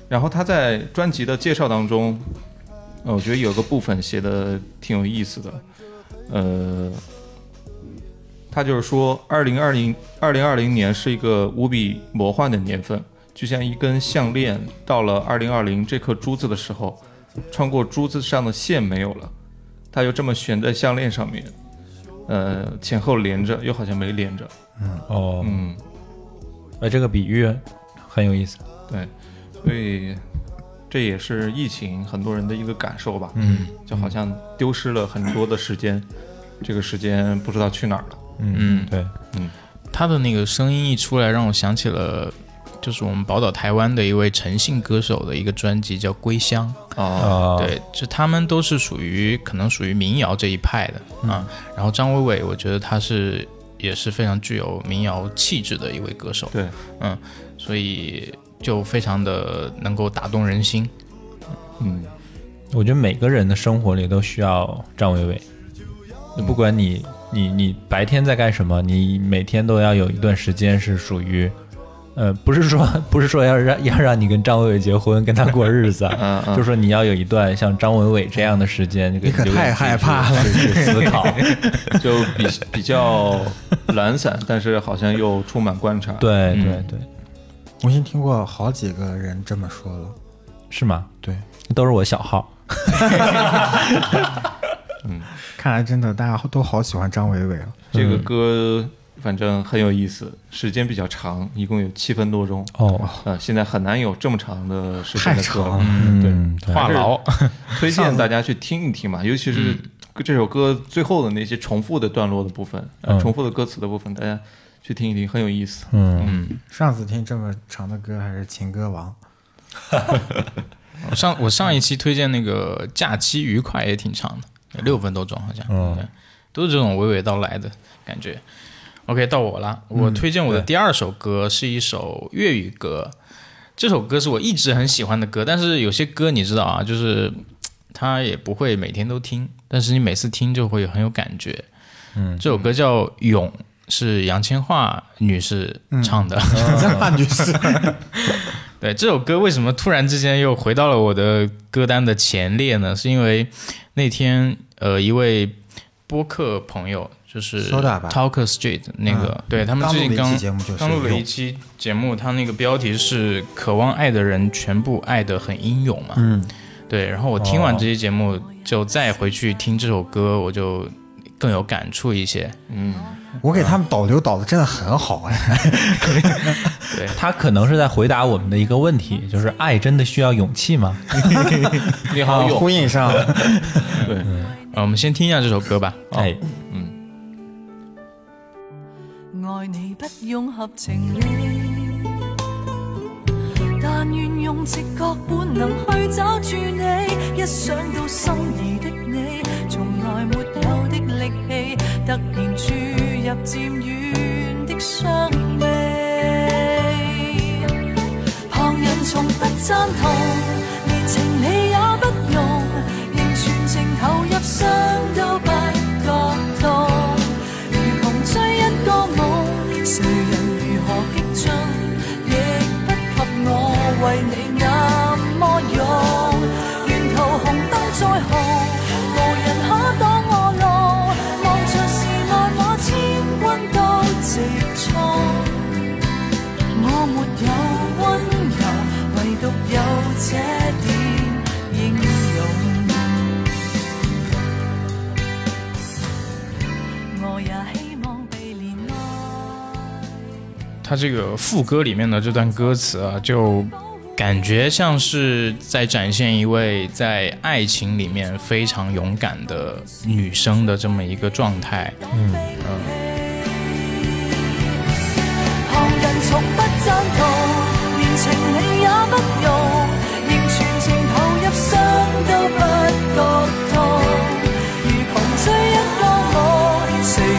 S3: 然后他在专辑的介绍当中，呃，我觉得有个部分写的挺有意思的，呃，他就是说，二零二零二零二零年是一个无比魔幻的年份，就像一根项链到了二零二零这颗珠子的时候，穿过珠子上的线没有了，它就这么悬在项链上面，呃，前后连着，又好像没连着，
S1: 哦，
S3: 嗯，
S1: 哎，这个比喻很有意思。
S3: 对，所以这也是疫情很多人的一个感受吧，嗯，就好像丢失了很多的时间，这个时间不知道去哪儿了。
S1: 嗯，对，
S4: 他的那个声音一出来，让我想起了就是我们宝岛台湾的一位诚信歌手的一个专辑叫《归乡》。
S3: 哦，
S1: 啊，
S4: 对，就他们都是属于可能属于民谣这一派
S2: 嗯
S4: 的啊。然后张伟伟，我觉得他是也是非常具有民谣气质的一位歌手，
S3: 对，
S4: 嗯，所以就非常的能够打动人心。
S3: 嗯，
S1: 我觉得每个人的生活里都需要张伟伟，
S2: 嗯
S1: 不管你你你白天在干什么，你每天都要有一段时间是属于，呃，不是说 不是说要让要让你跟张伟伟结婚，跟他过日子啊，
S3: 嗯嗯
S1: 就说你要有一段像张伟伟这样的时间，你
S2: 你可太害怕了
S1: 去去思 考。
S3: 就比比较懒散，但是好像又充满观察。，嗯
S1: 对对对，
S2: 我已经听过好几个人这么说了。
S1: 是吗？
S2: 对，
S1: 都是我小 号。
S2: 嗯看来真的大家都好喜欢张伟伟啊。
S3: 这
S1: 嗯
S3: 个歌反正很有意思，时间比较长，一共有七分多钟。
S1: 哦，
S3: 呃，现在很难有这么长的时间
S2: 太
S3: 的歌
S2: 长
S3: 了
S2: 了，
S1: 嗯，对，
S4: 话痨，
S3: 推荐大家去听一听 嘛，尤其
S1: 嗯
S3: 是这首歌最后的那些重复的段落的部分，呃
S1: 嗯
S3: 重复的歌词的部分，大家去听一听，很有意思。
S1: 嗯，
S2: 上次听这么长的歌还是《情歌王
S4: 我 上我上一期推荐那个《假期愉快》也挺长的，六分多钟好像，
S1: 嗯
S4: 对，都是这种娓娓道来的感觉。OK，到我了，我推荐我的第二首歌是一首粤语歌，这首歌是我一直很喜欢的歌，但是有些歌你知道啊，就是嘖它也不会每天都听，但是你每次听就会很有感觉。嗯，这首歌叫《勇》，是杨千嬅女士唱 的。》，
S2: 这范女士，
S4: 对这首歌为什么突然之间又回到了我的歌单的前列呢？是因为那天呃一位播客朋友就是
S2: Soda 吧
S4: Talk Street 那个，
S2: 嗯
S4: 对他们最近
S2: 刚录了一期
S4: 刚
S2: 节目就是
S4: 刚录了一
S2: 用
S4: 期节目，他那个标题是“渴望爱的人全部爱得很英勇”嘛，
S2: 嗯，
S4: 对，然后我听完这期节目，就再回去听这首歌，我就更有感触 一些。
S2: 我给他们导流导的真的很好哎，
S1: 他可能是在回答我们的一个问题，就是爱真的需要勇气吗？ 啊
S3: 你好，
S2: 呼
S3: 勇，
S2: 应 上了。
S3: 对，
S4: 呃，我们先听一下这首歌吧。哦
S1: 哎，
S9: 爱你不用合情理，但愿用直觉本能去找住你。一想到心仪的你，從來沒有的力氣，突然注入漸遠的香味。旁人從不贊同，連情理也不容，仍全情投入，傷都不覺痛。如窮追一個夢，誰人如何激進，亦不及我為你那麼勇。沿途紅燈再紅，無人可擋我路，望着時來我千軍都直衝。我沒有温柔，唯獨有這點英勇。我也希望被憐愛。
S4: 他这个副歌里面的这段歌词啊，就感觉像是在展现一位在爱情里面非常勇敢的女生的这么一个状态。
S9: 旁人從不贊同，連情理也不容，仍全情投入，傷都不覺痛。如窮追一個我，誰人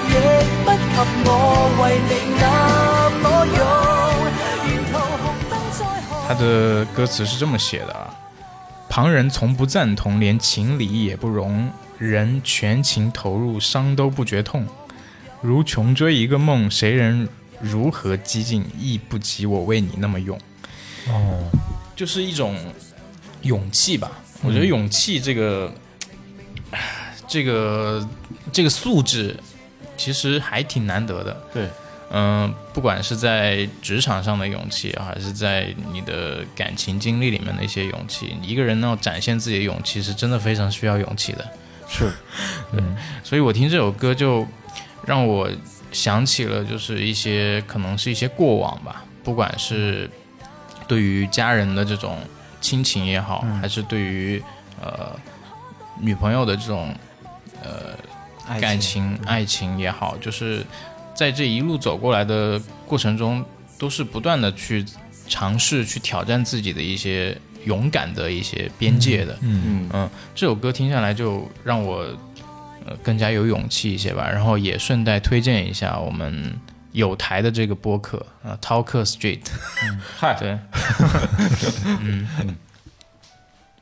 S9: 如何激進，亦不及我為你那麼勇。沿途紅燈再紅。
S4: 他的歌词是这么写的啊：旁人从不赞同，连情理也不容，人全情投入，伤都不觉痛。如穷追一个梦，谁人如何激进，亦不及我为你那么勇。
S1: 哦，
S4: 就是一种勇气吧。
S3: 嗯
S4: 我觉得勇气这个、这个、这个素质，其实还挺难得的。
S3: 对，
S4: 嗯、不管是在职场上的勇气，还是在你的感情经历里面的一些勇气，一个人要展现自己的勇气，是真的非常需要勇气的。
S3: 是，
S4: 所以我听这首歌就让我想起了，就是一些可能是一些过往吧，不管是对于家人的这种亲情也好，还是对于呃女朋友的这种呃
S2: 爱
S4: 感情、爱情也好，就是在这一路走过来的过程中，都是不断的去尝试、去挑战自己的一些勇敢的一些边界的。
S1: 嗯
S3: 嗯
S4: 嗯，这首歌听下来就让我呃更加有勇气一些吧。然后也顺带推荐一下我们有台的这个播客啊、t a l k Street。
S3: 嗯 嗨，嗯
S4: 对 嗯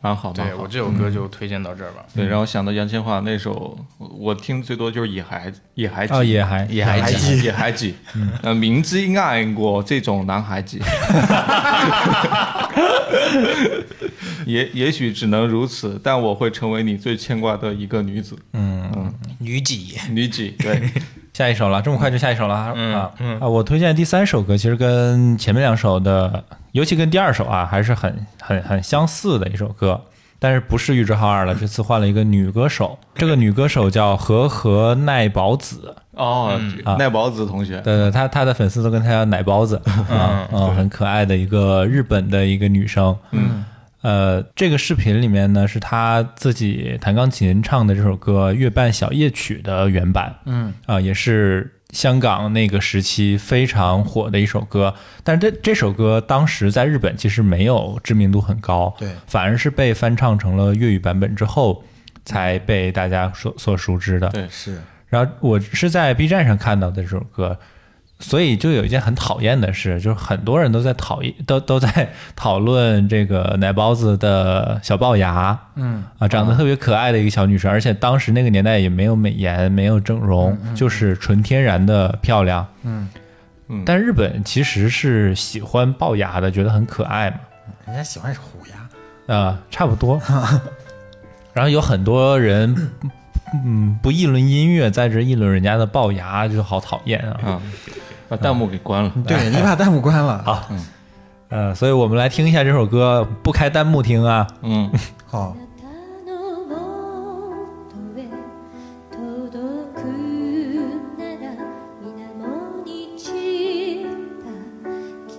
S3: 蛮好蛮
S4: 对，
S3: 好
S4: 我。这首歌就推荐到这儿吧。
S3: 嗯
S1: 嗯
S3: 对，然后想到杨千嬅那首，我我听最多就是《野孩野孩子》
S1: 哦，也还
S4: 野孩子
S3: 子，野孩 子，
S1: 嗯
S3: 呃，明知爱我这种男孩子， 也也许只能如此，但我会成为你最牵挂的一个女子，嗯
S4: 女几，
S3: 女子，对，
S1: 嗯 下一首了，这么快就下一首了、
S4: 嗯
S1: 啊、啊！我推荐第三首歌，其实跟前面两首的，尤其跟第二首啊，还是很很很相似的一首歌，但是不是玉置浩二了，这次换了一个女歌手，这个女歌手叫和和奈保子，
S3: 哦，
S1: 嗯
S3: 奈保子同学，
S1: 对对，她她的粉丝都跟她叫奶包子啊，嗯，很可爱的一个日本的一个女生，嗯。呃，这个视频里面呢是她自己弹钢琴唱的这首歌《月半小夜曲》的原版，嗯，啊、也是香港那个时期非常火的一首歌。但是这这首歌当时在日本其实没有知名度很高，
S2: 对
S1: 反而是被翻唱成了粤语版本之后，才被大家所所熟知的。
S3: 对
S2: 是
S1: 然后我是在 B 站上看到的这首歌，所以就有一件很讨厌的事，就是很多人都在讨厌，都都在 讨论这个奶包子的小龅牙，嗯啊，长得特别可爱的一个小女生，而且当时那个年代也没有美颜，没有整容，就是纯天然的漂亮，嗯
S3: 嗯
S1: 但日本其实是喜欢龅牙的，觉得很可爱嘛，
S2: 人家喜欢是虎牙，
S1: 啊，差 不多。然后有很多人，嗯，不议论音乐，在这议论人家的龅牙，就好讨厌啊。
S3: 啊，把弹幕给关了，
S2: 嗯对你把弹幕关了，嗯好，
S1: 呃，所以我们来听一下这首歌，不开弹幕听啊。
S3: 嗯，
S2: 好，
S10: 「あなたのもとへ届くなら」「水面に散った金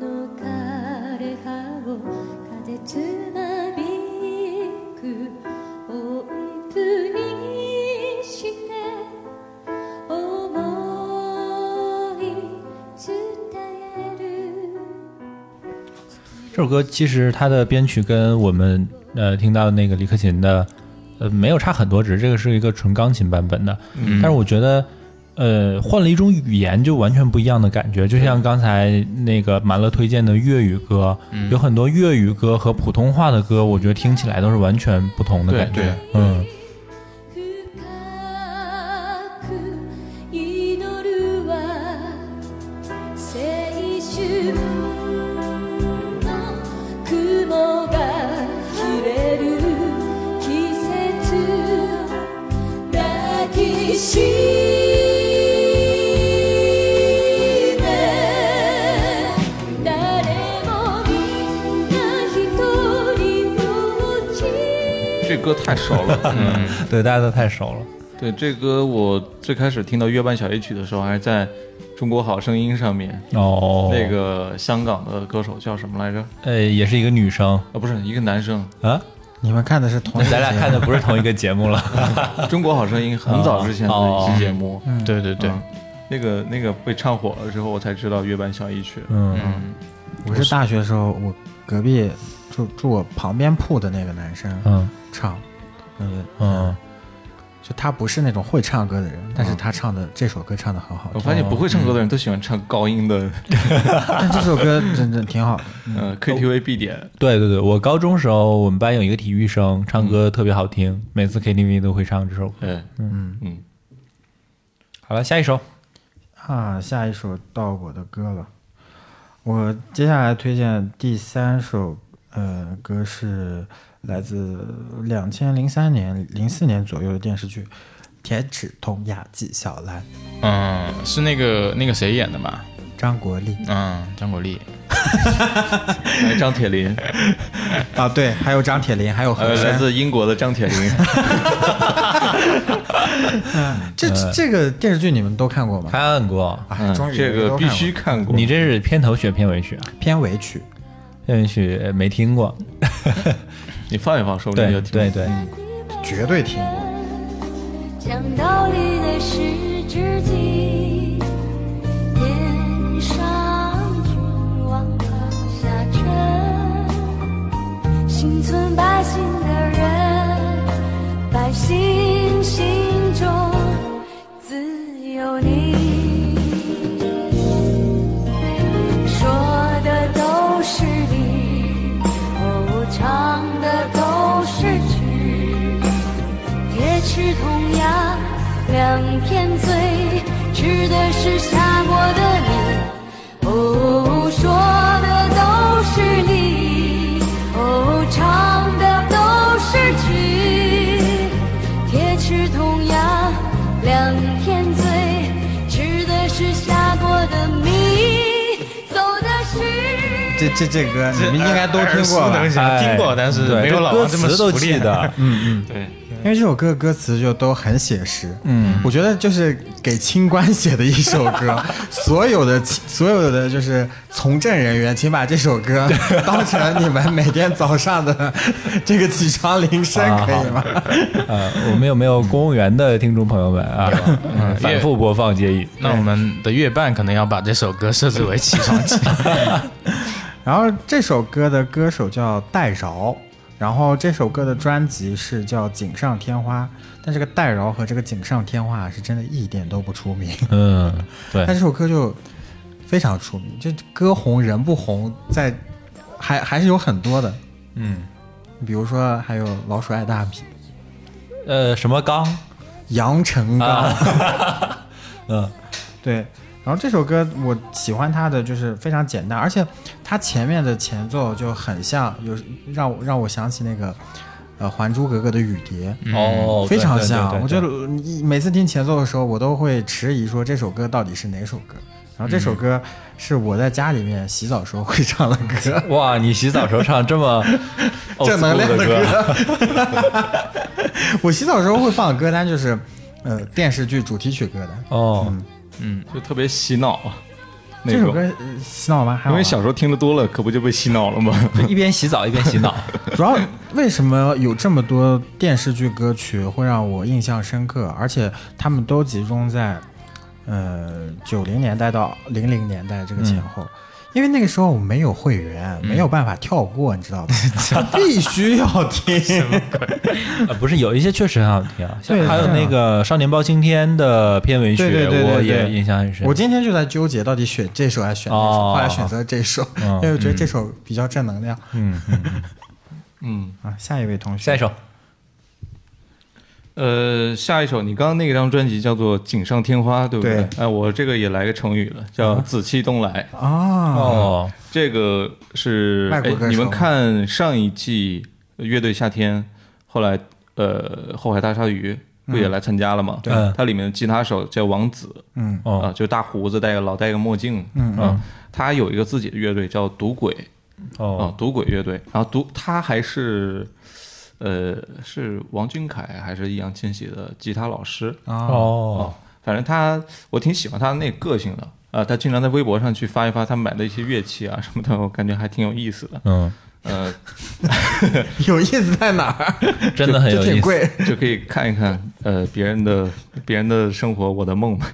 S10: の枯れ葉を風つまびく」「音符にして思い伝える」
S1: 这首歌其实它的编曲跟我们呃听到的那个李克勤的呃没有差很多，只是这个是一个纯钢琴版本的。
S3: 嗯
S1: 但是我觉得呃换了一种语言就完全不一样的感觉，就像刚才那个蛮乐推荐的粤语歌，
S3: 嗯
S1: 有很多粤语歌和普通话的歌，我觉得听起来都是完全不同的
S3: 对
S1: 感觉。
S3: 对，
S1: 嗯，
S10: 「深く祈るは青春の雲が切れる季節抱きしめ」「誰もみんな一人ぼっち」
S3: 这歌太熟 了，嗯。
S1: 对，大家都太熟了。
S3: 对这歌，我最开始听到《月半小夜曲》的时候，还是在《中国好声音》上面，
S1: 哦，
S3: 那个香港的歌手叫什么来着？
S1: 呃，也是一个女生
S3: 啊，不是一个男生，
S1: 啊，
S2: 你们看的是同一个
S1: 咱俩
S2: 节目
S1: 看的不是同一个节目了。哦
S3: 《 中国好声音》很早之前的一期节目，
S4: 对对对
S3: 嗯，那个那个被唱火了之后，我才知道《月半小夜曲》。
S1: 嗯，
S2: 我是大学的时候，我隔壁住住我旁边铺的那个男生
S1: 嗯
S2: 唱，嗯，
S1: 嗯，
S2: 就他不是那种会唱歌的人，但是他唱的这首歌唱的很好
S3: 我
S2: 听，
S3: 发
S1: 哦
S3: 现不会唱歌的人都喜欢唱高音的，
S2: 但这首歌真真嗯挺好的。
S3: 呃，KTV 必点。
S1: 对对对，我高中时候我们班有一个体育生，唱歌特别好听，每次 KTV 都会唱这首歌。
S3: 对，嗯嗯，
S1: 好了，下一首，
S2: 啊，下一首到我的歌了。我接下来推荐第三首呃歌是来自两千零三年、零四年左右的电视剧《铁齿铜牙纪晓岚》，
S4: 嗯，是那个那个谁演的吧？
S2: 张国立
S4: 嗯，张国立。
S3: 来张铁林，
S2: 啊，对，还有张铁林，还有
S3: 呃
S2: 何，
S3: 来
S2: 山。
S3: 自英国的张铁林，
S2: 这
S4: 呃
S2: 这这个电视剧你们都看过吗？
S1: 看过，
S2: 啊，
S3: 嗯
S2: 终于
S3: 这
S2: 都
S3: 个
S2: 看
S3: 必
S2: 过
S3: 须看过。
S1: 你这是片头曲、片尾曲啊？
S2: 片尾曲。
S1: 片尾曲呃没听过，
S3: 你放一放，说不定就
S1: 对
S3: 听
S1: 对对，
S2: 绝对听过。
S10: 讲道理的是知己，云上云往下沉，心存百姓的人，百姓心中自有你。说的都是理，哦，唱的都是曲。铁齿铜牙两片嘴，吃的是下过的你。哦，说的都是理，哦，唱的都是曲。铁齿铜牙两片嘴，吃的是下过的米，走的是。
S2: 这这这 歌你们应该都听过吧？
S1: 哎
S4: 听过，但是
S1: 对
S4: 没有老
S1: 这歌
S4: 王这么
S1: 词都
S4: 熟
S1: 记
S4: 练。
S1: 得，嗯，
S3: 对，
S2: 因为这首歌歌词就都很写实，
S1: 嗯，
S2: 我觉得就是给清官写的一首歌，所有的所有的就是从政人员，请把这首歌当成你们每天早上的这个起床铃声，可以吗？
S1: 呃，我们有没有公务员的听众朋友们啊？嗯反复播放建议。
S4: 那我们的乐伴可能要把这首歌设置为起床 气。
S2: 然后这首歌的歌手叫戴饶，然后这首歌的专辑是叫《锦上添花》，但这个戴饶和这个《锦上添花》是真的一点都不出名。
S1: 嗯，对
S2: 但，这首歌就非常出名，就歌红人不红，在还还是有很多的，
S1: 嗯，
S2: 比如说还有《老鼠爱大米》
S1: 呃，什么刚？
S2: 杨成刚，
S1: 嗯
S2: 对。然后这首歌我喜欢它的就是非常简单，而且它前面的前奏就很像，有让我让我想起那个呃《还珠格格》的雨蝶，
S1: 哦，
S2: 非常
S1: 对
S2: 像。我觉，
S1: 对对对
S2: 得你每次听前奏的时候，我都会迟疑说这首歌到底是哪首歌。然后这首
S1: 嗯
S2: 歌是我在家里面洗澡时候会唱的歌。
S1: 哇，你洗澡时候唱这么 old
S2: 正能量
S1: school 的歌，
S2: 歌。 我洗澡时候会放的歌单就是，呃，电视剧主题曲歌单。嗯
S1: 哦，
S3: 就特别洗脑啊，那
S2: 这首
S3: 种
S2: 歌。呃洗脑吗？还好
S3: 因
S2: 吧
S3: 为小时候听的多了，可不就被洗脑了吗？
S1: 啊 就一边洗澡一边洗脑。
S2: 主要为什么有这么多电视剧歌曲会让我印象深刻，而且他们都集中在，呃，九零年代到零零年代这个
S3: 嗯
S2: 前后。因为那个时候我没有会员，没有办法跳过，你知 道吧？必须要听。
S1: 呃，不是，有一些确实很好听啊，像
S2: 对
S1: 还有
S2: 是啊
S1: 那个《少年包青天》的片尾曲，
S2: 对对对对
S1: 我
S2: 对
S1: 也印象很深。
S2: 我今天就在纠结到底选这首还是选那首，
S1: 哦
S2: 后来选择这首，
S1: 嗯
S2: 因为我觉得这首比较正能量。
S1: 嗯，嗯
S3: 嗯，
S2: 啊，下一位同学，
S1: 下一首，
S3: 呃，下一首你刚刚那张专辑叫做《锦上添花》，对不对？
S2: 对
S3: 哎、我这个也来个成语了，叫“紫气东来”
S2: 啊，
S1: 哦，
S3: 这个是
S2: 外国
S3: 哎
S2: 歌手
S3: 你们看上一季《乐队夏天》，后来呃，《后海大鲨鱼》不也来参加了吗？
S1: 对
S3: 它里面的吉他手叫王子，
S2: 嗯
S3: 啊、
S1: 哦，
S3: 就大胡子，戴个老戴个墨镜，
S2: 嗯
S3: 啊他有一个自己的乐队叫赌鬼，啊
S1: 哦，，
S3: 赌鬼乐队，然后赌他还是，呃，是王俊凯还是易烊千玺的吉他老师
S2: 啊，
S1: 哦，
S3: 反正他我挺喜欢他那个性的啊、他经常在微博上去发一发他买的一些乐器啊什么的，我 感觉还挺有意思的，
S1: 嗯，
S3: 呃，
S2: 有意思在哪儿？
S1: 真的很
S2: 就
S1: 有
S2: 挺
S1: 意思。
S2: 贵。
S3: 就可以看一看呃别人的别人的生活，我的梦 嘛。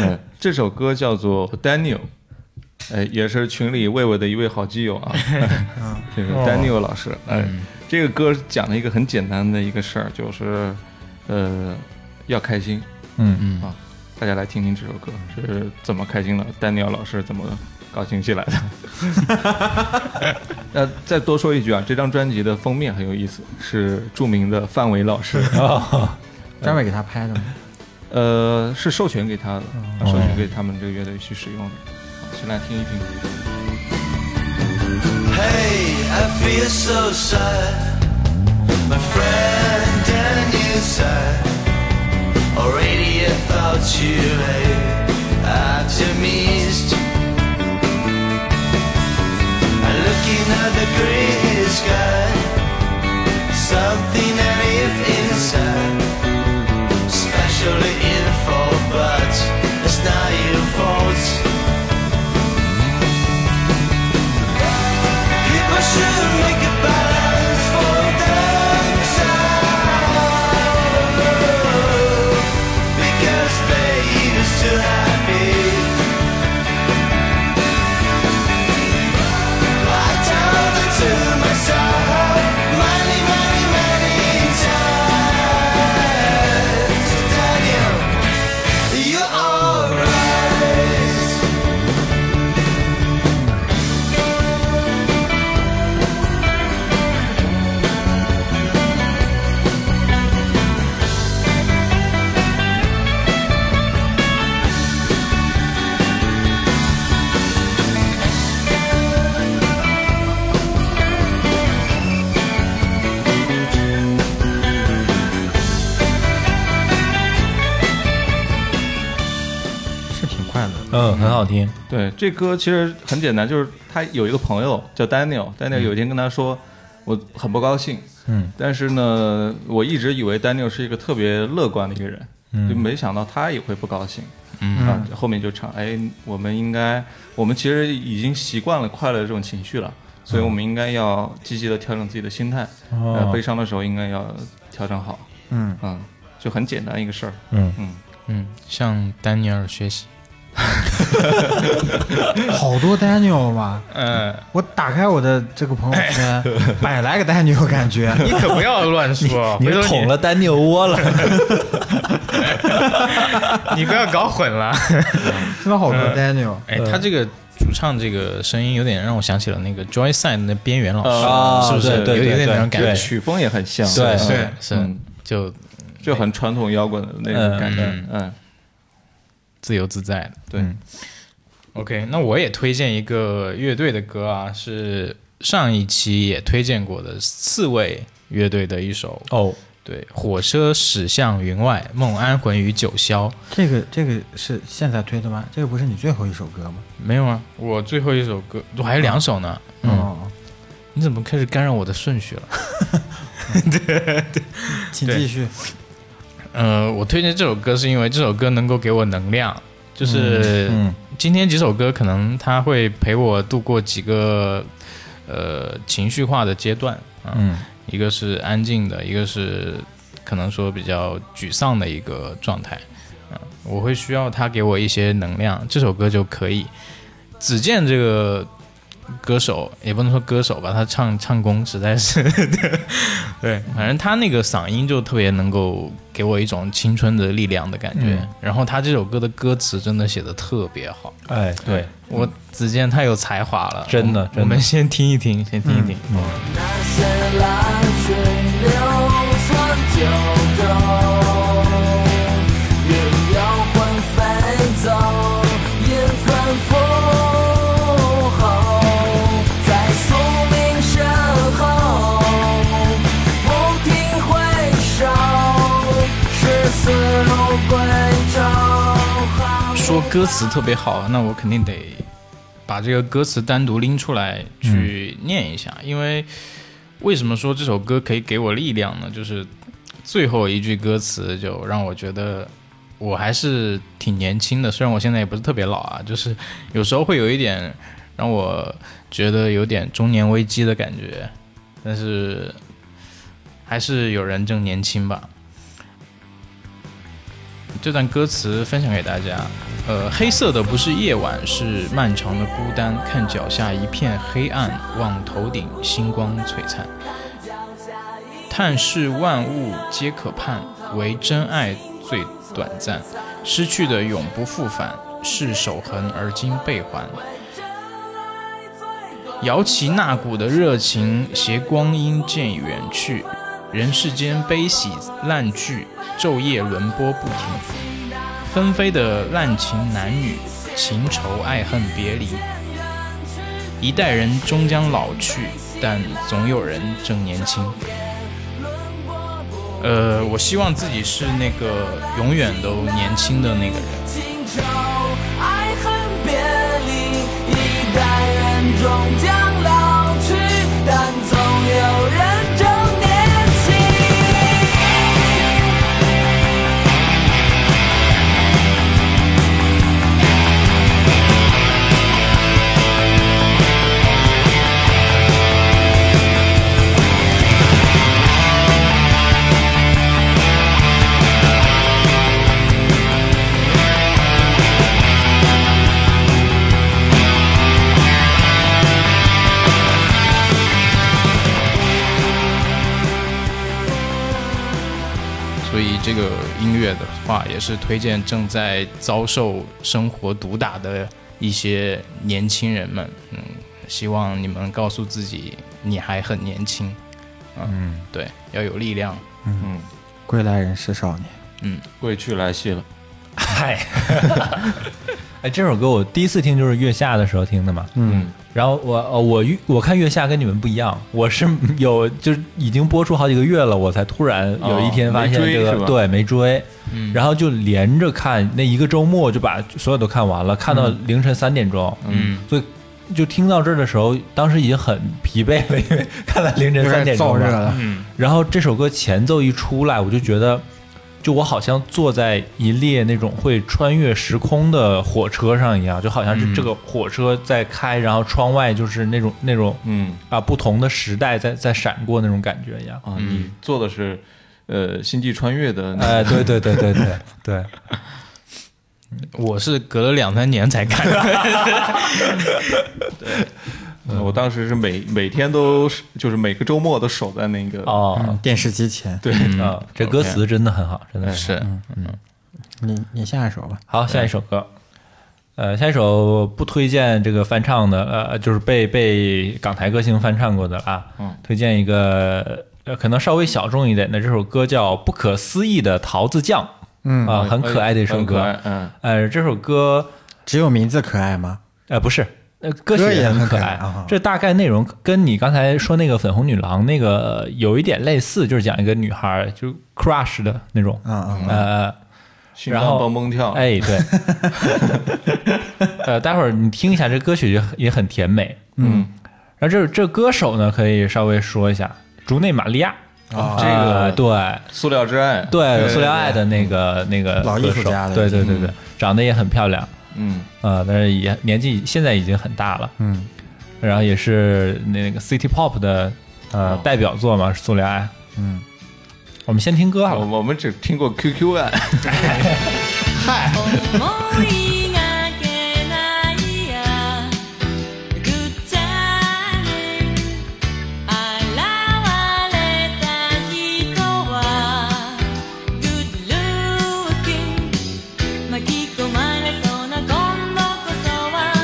S3: 呃，这首歌叫做 Daniel。呃，也是群里魏魏的一位好基 友啊， 这个
S1: 哦
S3: Daniel 老师，哎、这个歌讲了一个很简单的一个事儿，就是，呃，要开心，
S1: 嗯
S3: 嗯啊，大家来听听这首歌是怎么开心了，Daniel 老师怎么高兴起来的。 那再多说一句啊，这张专辑的封面很有意思，是著名的范伟老师，
S1: 哦
S2: 专哦门给他拍的吗？
S3: 呃，是授权给他的，授权给他们这个乐队去使用的。好先来听一听。
S6: Hey, I feel so sad. My friend Daniel said, Already about you, hey, optimist. I'm looking at the gray sky, something naive inside. Especially info, but it's not your fault. People should make a balance for themselves because they
S1: 嗯好听。
S3: 对，这歌其实很简单，就是他有一个朋友叫 Daniel，Daniel 有一天跟他说，我很不高兴，
S1: 嗯，
S3: 但是呢，我一直以为 Daniel 是一个特别乐观的一个人，
S1: 嗯
S3: 就没想到他也会不高兴，
S4: 嗯
S3: 啊，后面就唱，哎，我们应该，我们其实已经习惯了快乐这种情绪了，所以我们应该要积极的调整自己的心态，
S1: 哦
S3: 呃，悲伤的时候应该要调整好，
S2: 嗯
S3: 嗯，就很简单一个事儿，
S1: 嗯
S3: 嗯，
S4: 嗯，向丹尼尔学 习。
S2: 好多 Daniel 嘛，
S4: 嗯，
S2: 我打开我的这个朋友圈，百来个 Daniel 感觉，
S4: 你可不要乱说，
S1: 你
S4: 回头
S1: 捅了丹尼尔窝了，
S4: 你不要搞混 了。
S2: 真的好多 Daniel。
S4: 哎，
S1: 嗯
S4: 他这个主唱这个声音有点让我想起了那个 Joy Side 的边缘老师，
S1: 啊
S4: 是不是？
S1: 对对对
S4: 有有点那种感
S1: 对
S4: 觉。
S3: 曲风也很像，
S1: 对
S3: 嗯
S4: 是是
S3: 嗯，
S4: 就
S3: 就很传统摇滚的那种感觉，
S4: 嗯
S3: 嗯，
S4: 自由自在的。
S3: 对，
S2: 嗯
S4: OK，那我也推荐一个乐队的歌啊，是上一期也推荐过的刺猬乐队的一首，
S1: 哦，
S4: 对，《火车驶向云外，梦安魂于九霄》。
S2: 这个这个是现在推的吗？这个不是你最后一首歌吗？
S4: 没有啊，我最后一首歌，我还有两首呢。
S1: 嗯
S4: 嗯
S2: 哦，
S4: 你怎么开始干扰我的顺 序了？
S2: 请
S4: 对
S2: 继续。
S4: 呃，我推荐这首歌是因为这首歌能够给我能量，就是
S1: 嗯
S4: 今天几首歌可能它会陪我度过几个呃情绪化的阶段啊，
S1: 嗯
S4: 一个是安静的，一个是可能说比较沮丧的一个状态，啊，我会需要它给我一些能量，这首歌就可以。子健这个歌手也不能说歌手吧，他唱唱功实在是，对，反正他那个嗓音就特别能够给我一种青春的力量的感觉。
S1: 嗯
S4: 然后他这首歌的歌词真的写的特别好，
S1: 哎，对，
S4: 我子健太有才华了，
S1: 真的
S4: 我
S1: 真的
S4: 我们先听一听，先听一听。
S9: 那些蓝水流转九州，任摇滚飞走，也反复后，在宿命身后，不停回首，是死路归舟。好
S4: 说歌词特别好，那我肯定得把这个歌词单独拎出来去念一下，因为为什么说这首歌可以给我力量呢？就是最后一句歌词就让我觉得我还是挺年轻的，虽然我现在也不是特别老啊，就是有时候会有一点让我觉得有点中年危机的感觉，但是还是有人正年轻吧。这段歌词分享给大家。呃，黑色的不是夜晚，是漫长的孤单。看脚下一片黑暗，望头顶星光璀璨。探视万物皆可盼，唯真爱最短暂。失去的永不复返，是手痕而今被还。摇旗呐鼓的热情，携光阴渐已远去。人世间悲喜烂剧，昼夜轮播不停。纷飞的滥情男女，情仇爱恨别离。一代人终将老去，但总有人正年轻。呃，我希望自己是那个永远都年轻的那个人。
S9: 情仇，爱恨别离，一代人终将老去，但总有人正年轻。
S4: 所以这个音乐的话，也是推荐正在遭受生活毒打的一些年轻人们。嗯，希望你们告诉自己，你还很年轻。嗯，对，要有力量。
S3: 嗯
S2: 嗯归来人是少年，
S3: 归去来兮了。
S1: 嗨， 哎，这首歌我第一次听就是月下的时候听的嘛，
S3: 嗯，
S1: 然后我呃我遇我看月下跟你们不一样，我是有就是已经播出好几个月了，我才突然有一天发现
S3: 哦没追
S1: 这
S3: 是
S1: 个
S3: 吧嗯
S1: 对没追，然后就连着看那一个周末就把所有都看完了，看到
S3: 嗯
S1: 凌晨三点钟，嗯，所以就听到这儿的时候，当时已经很疲惫了，因为看到凌
S2: 有
S1: 晨三
S2: 点
S1: 点
S2: 燥
S1: 钟
S2: 热了。
S3: 嗯
S1: 然后这首歌前奏一出来，我就觉得，就我好像坐在一列那种会穿越时空的火车上一样，就好像是这个火车在开，然后窗外就是那种那种
S3: 嗯
S1: 啊不同的时代在在闪过那种感觉一样。
S2: 嗯
S3: 啊，你做的是呃星际穿越的那
S1: 哎，对对对对对 对，
S4: 我是隔了两三年才看的，
S1: 嗯
S3: 我当时是每每天都是，就是每个周末都守在那个
S4: 嗯
S1: 哦，
S2: 电视机前，嗯
S3: 对
S1: 啊，这歌词真的很好，真的是。
S4: 是
S2: 你你下一首吧。
S1: 好，下一首
S3: 哎
S1: 歌，呃，下一首不推荐这个翻唱的，呃，就是被被港台歌星翻唱过的啊，
S3: 嗯
S1: 推荐一个呃，可能稍微小众一点的，这首歌叫《不可思议的桃子酱》，
S2: 嗯
S1: 啊、很可爱的一首
S3: 很可爱
S1: 歌，
S3: 嗯，
S1: 呃，这首歌
S2: 只有名字可爱吗？
S1: 呃不是。呃，歌曲
S2: 歌也
S1: 很
S2: 很可
S1: 爱
S2: 爱啊
S1: 这大概内容跟你刚才说那个《粉红女郎》那个呃有一点类似，就是讲一个女孩儿就 crush 的那种，
S2: 嗯嗯
S1: 呃，
S3: 心
S1: 然
S3: 脏
S1: 后
S3: 蹦蹦跳，，
S1: 哎，对， 呃，待会儿你听一下这歌曲也很也很甜美。
S3: 嗯，
S1: 然后这这歌手呢，可以稍微说一下，竹内玛利亚啊
S3: 这个
S1: 对
S3: 塑料之爱，
S1: 对有塑料爱的那个那个
S2: 老艺术
S1: 歌手
S2: 家的
S1: 对对对对，长得也很漂亮，
S3: 嗯，
S1: 呃，但是也年纪现在已经很大了，
S2: 嗯，
S1: 然后也是那个 City Pop 的呃
S3: 哦
S1: 代表作嘛，塑料爱。
S2: 嗯，
S1: 我们先听歌好
S3: 我
S1: 了，
S3: 我们只听过 QQ 爱，
S9: 思いがけないやぐちゃに現れた人は Good looking 巻き込まれそうな今度こそは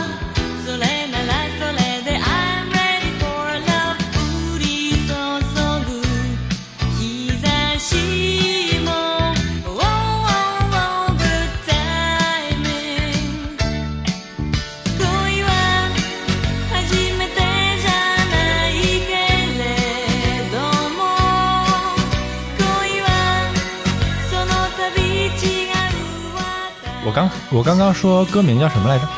S9: それならそれで I'm ready for love 降り注ぐ日差しも Oh, oh, oh, good timing 恋は初めてじゃないけれども恋はその度違う私
S1: 我刚我刚刚说歌名叫什么来着？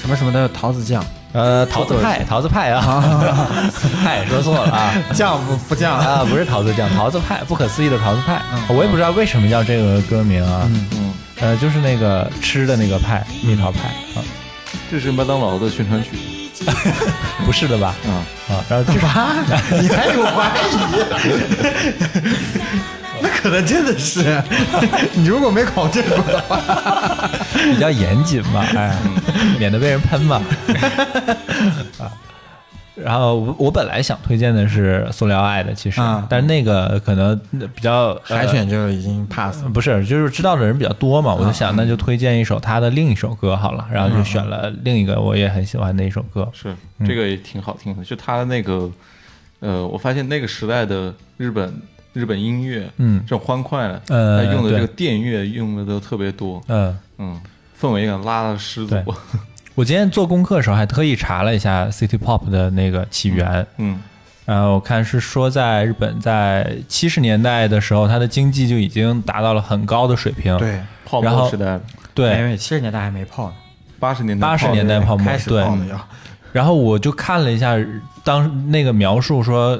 S2: 什么什么的桃子 酱，
S1: 呃，桃子派，桃子派啊，派说错了 啊。
S2: 酱不不酱
S1: 啊，不是桃子酱，桃子派，不可思议的桃子派，
S2: 嗯
S1: 我也不知道为什么叫这个歌名啊，
S3: 嗯，
S1: 呃，就是那个吃的那个派，蜜桃派
S2: 嗯
S1: 啊，
S3: 这是麦当劳的宣传曲，
S1: 不是的吧？
S3: 啊，
S1: 啊，然后这是
S2: 你还有怀疑？那可能真的是， 你如果没考证过的话，
S1: 比较严谨嘛，哎，免得被人喷嘛。 啊，然后我我本来想推荐的是塑料爱的，其实，
S2: 啊
S1: 但是那个可能比较呃
S2: 海选就已经 pass 了。啊
S1: 不是，就是知道的人比较多嘛，我就想那就推荐一首他的另一首歌好了，然后
S2: 嗯
S1: 就选了另一个我也很喜欢的一首歌，
S3: 是这个也挺好听的，就他那个，呃，我发现那个时代的日本日本音乐，
S1: 嗯
S3: 这种欢快的，
S1: 呃
S3: 他用的
S1: 对
S3: 这个电乐用的都特别多，
S1: 嗯。
S3: 嗯，氛围感拉的十足
S1: 对，我今天做功课的时候还特意查了一下 City Pop 的那个起源，
S3: 嗯
S1: 然后我看是说在日本在七十年代的时候，它的经济就已经达到了很高的水平。
S2: 对，
S3: 泡
S1: 然后
S3: 沫时代，
S2: 没
S1: 对，
S2: 没，七十年代还没泡呢，
S3: 八十年代，
S1: 80年代泡沫
S2: 开始泡的要。
S1: 然后我就看了一下当那个描述说。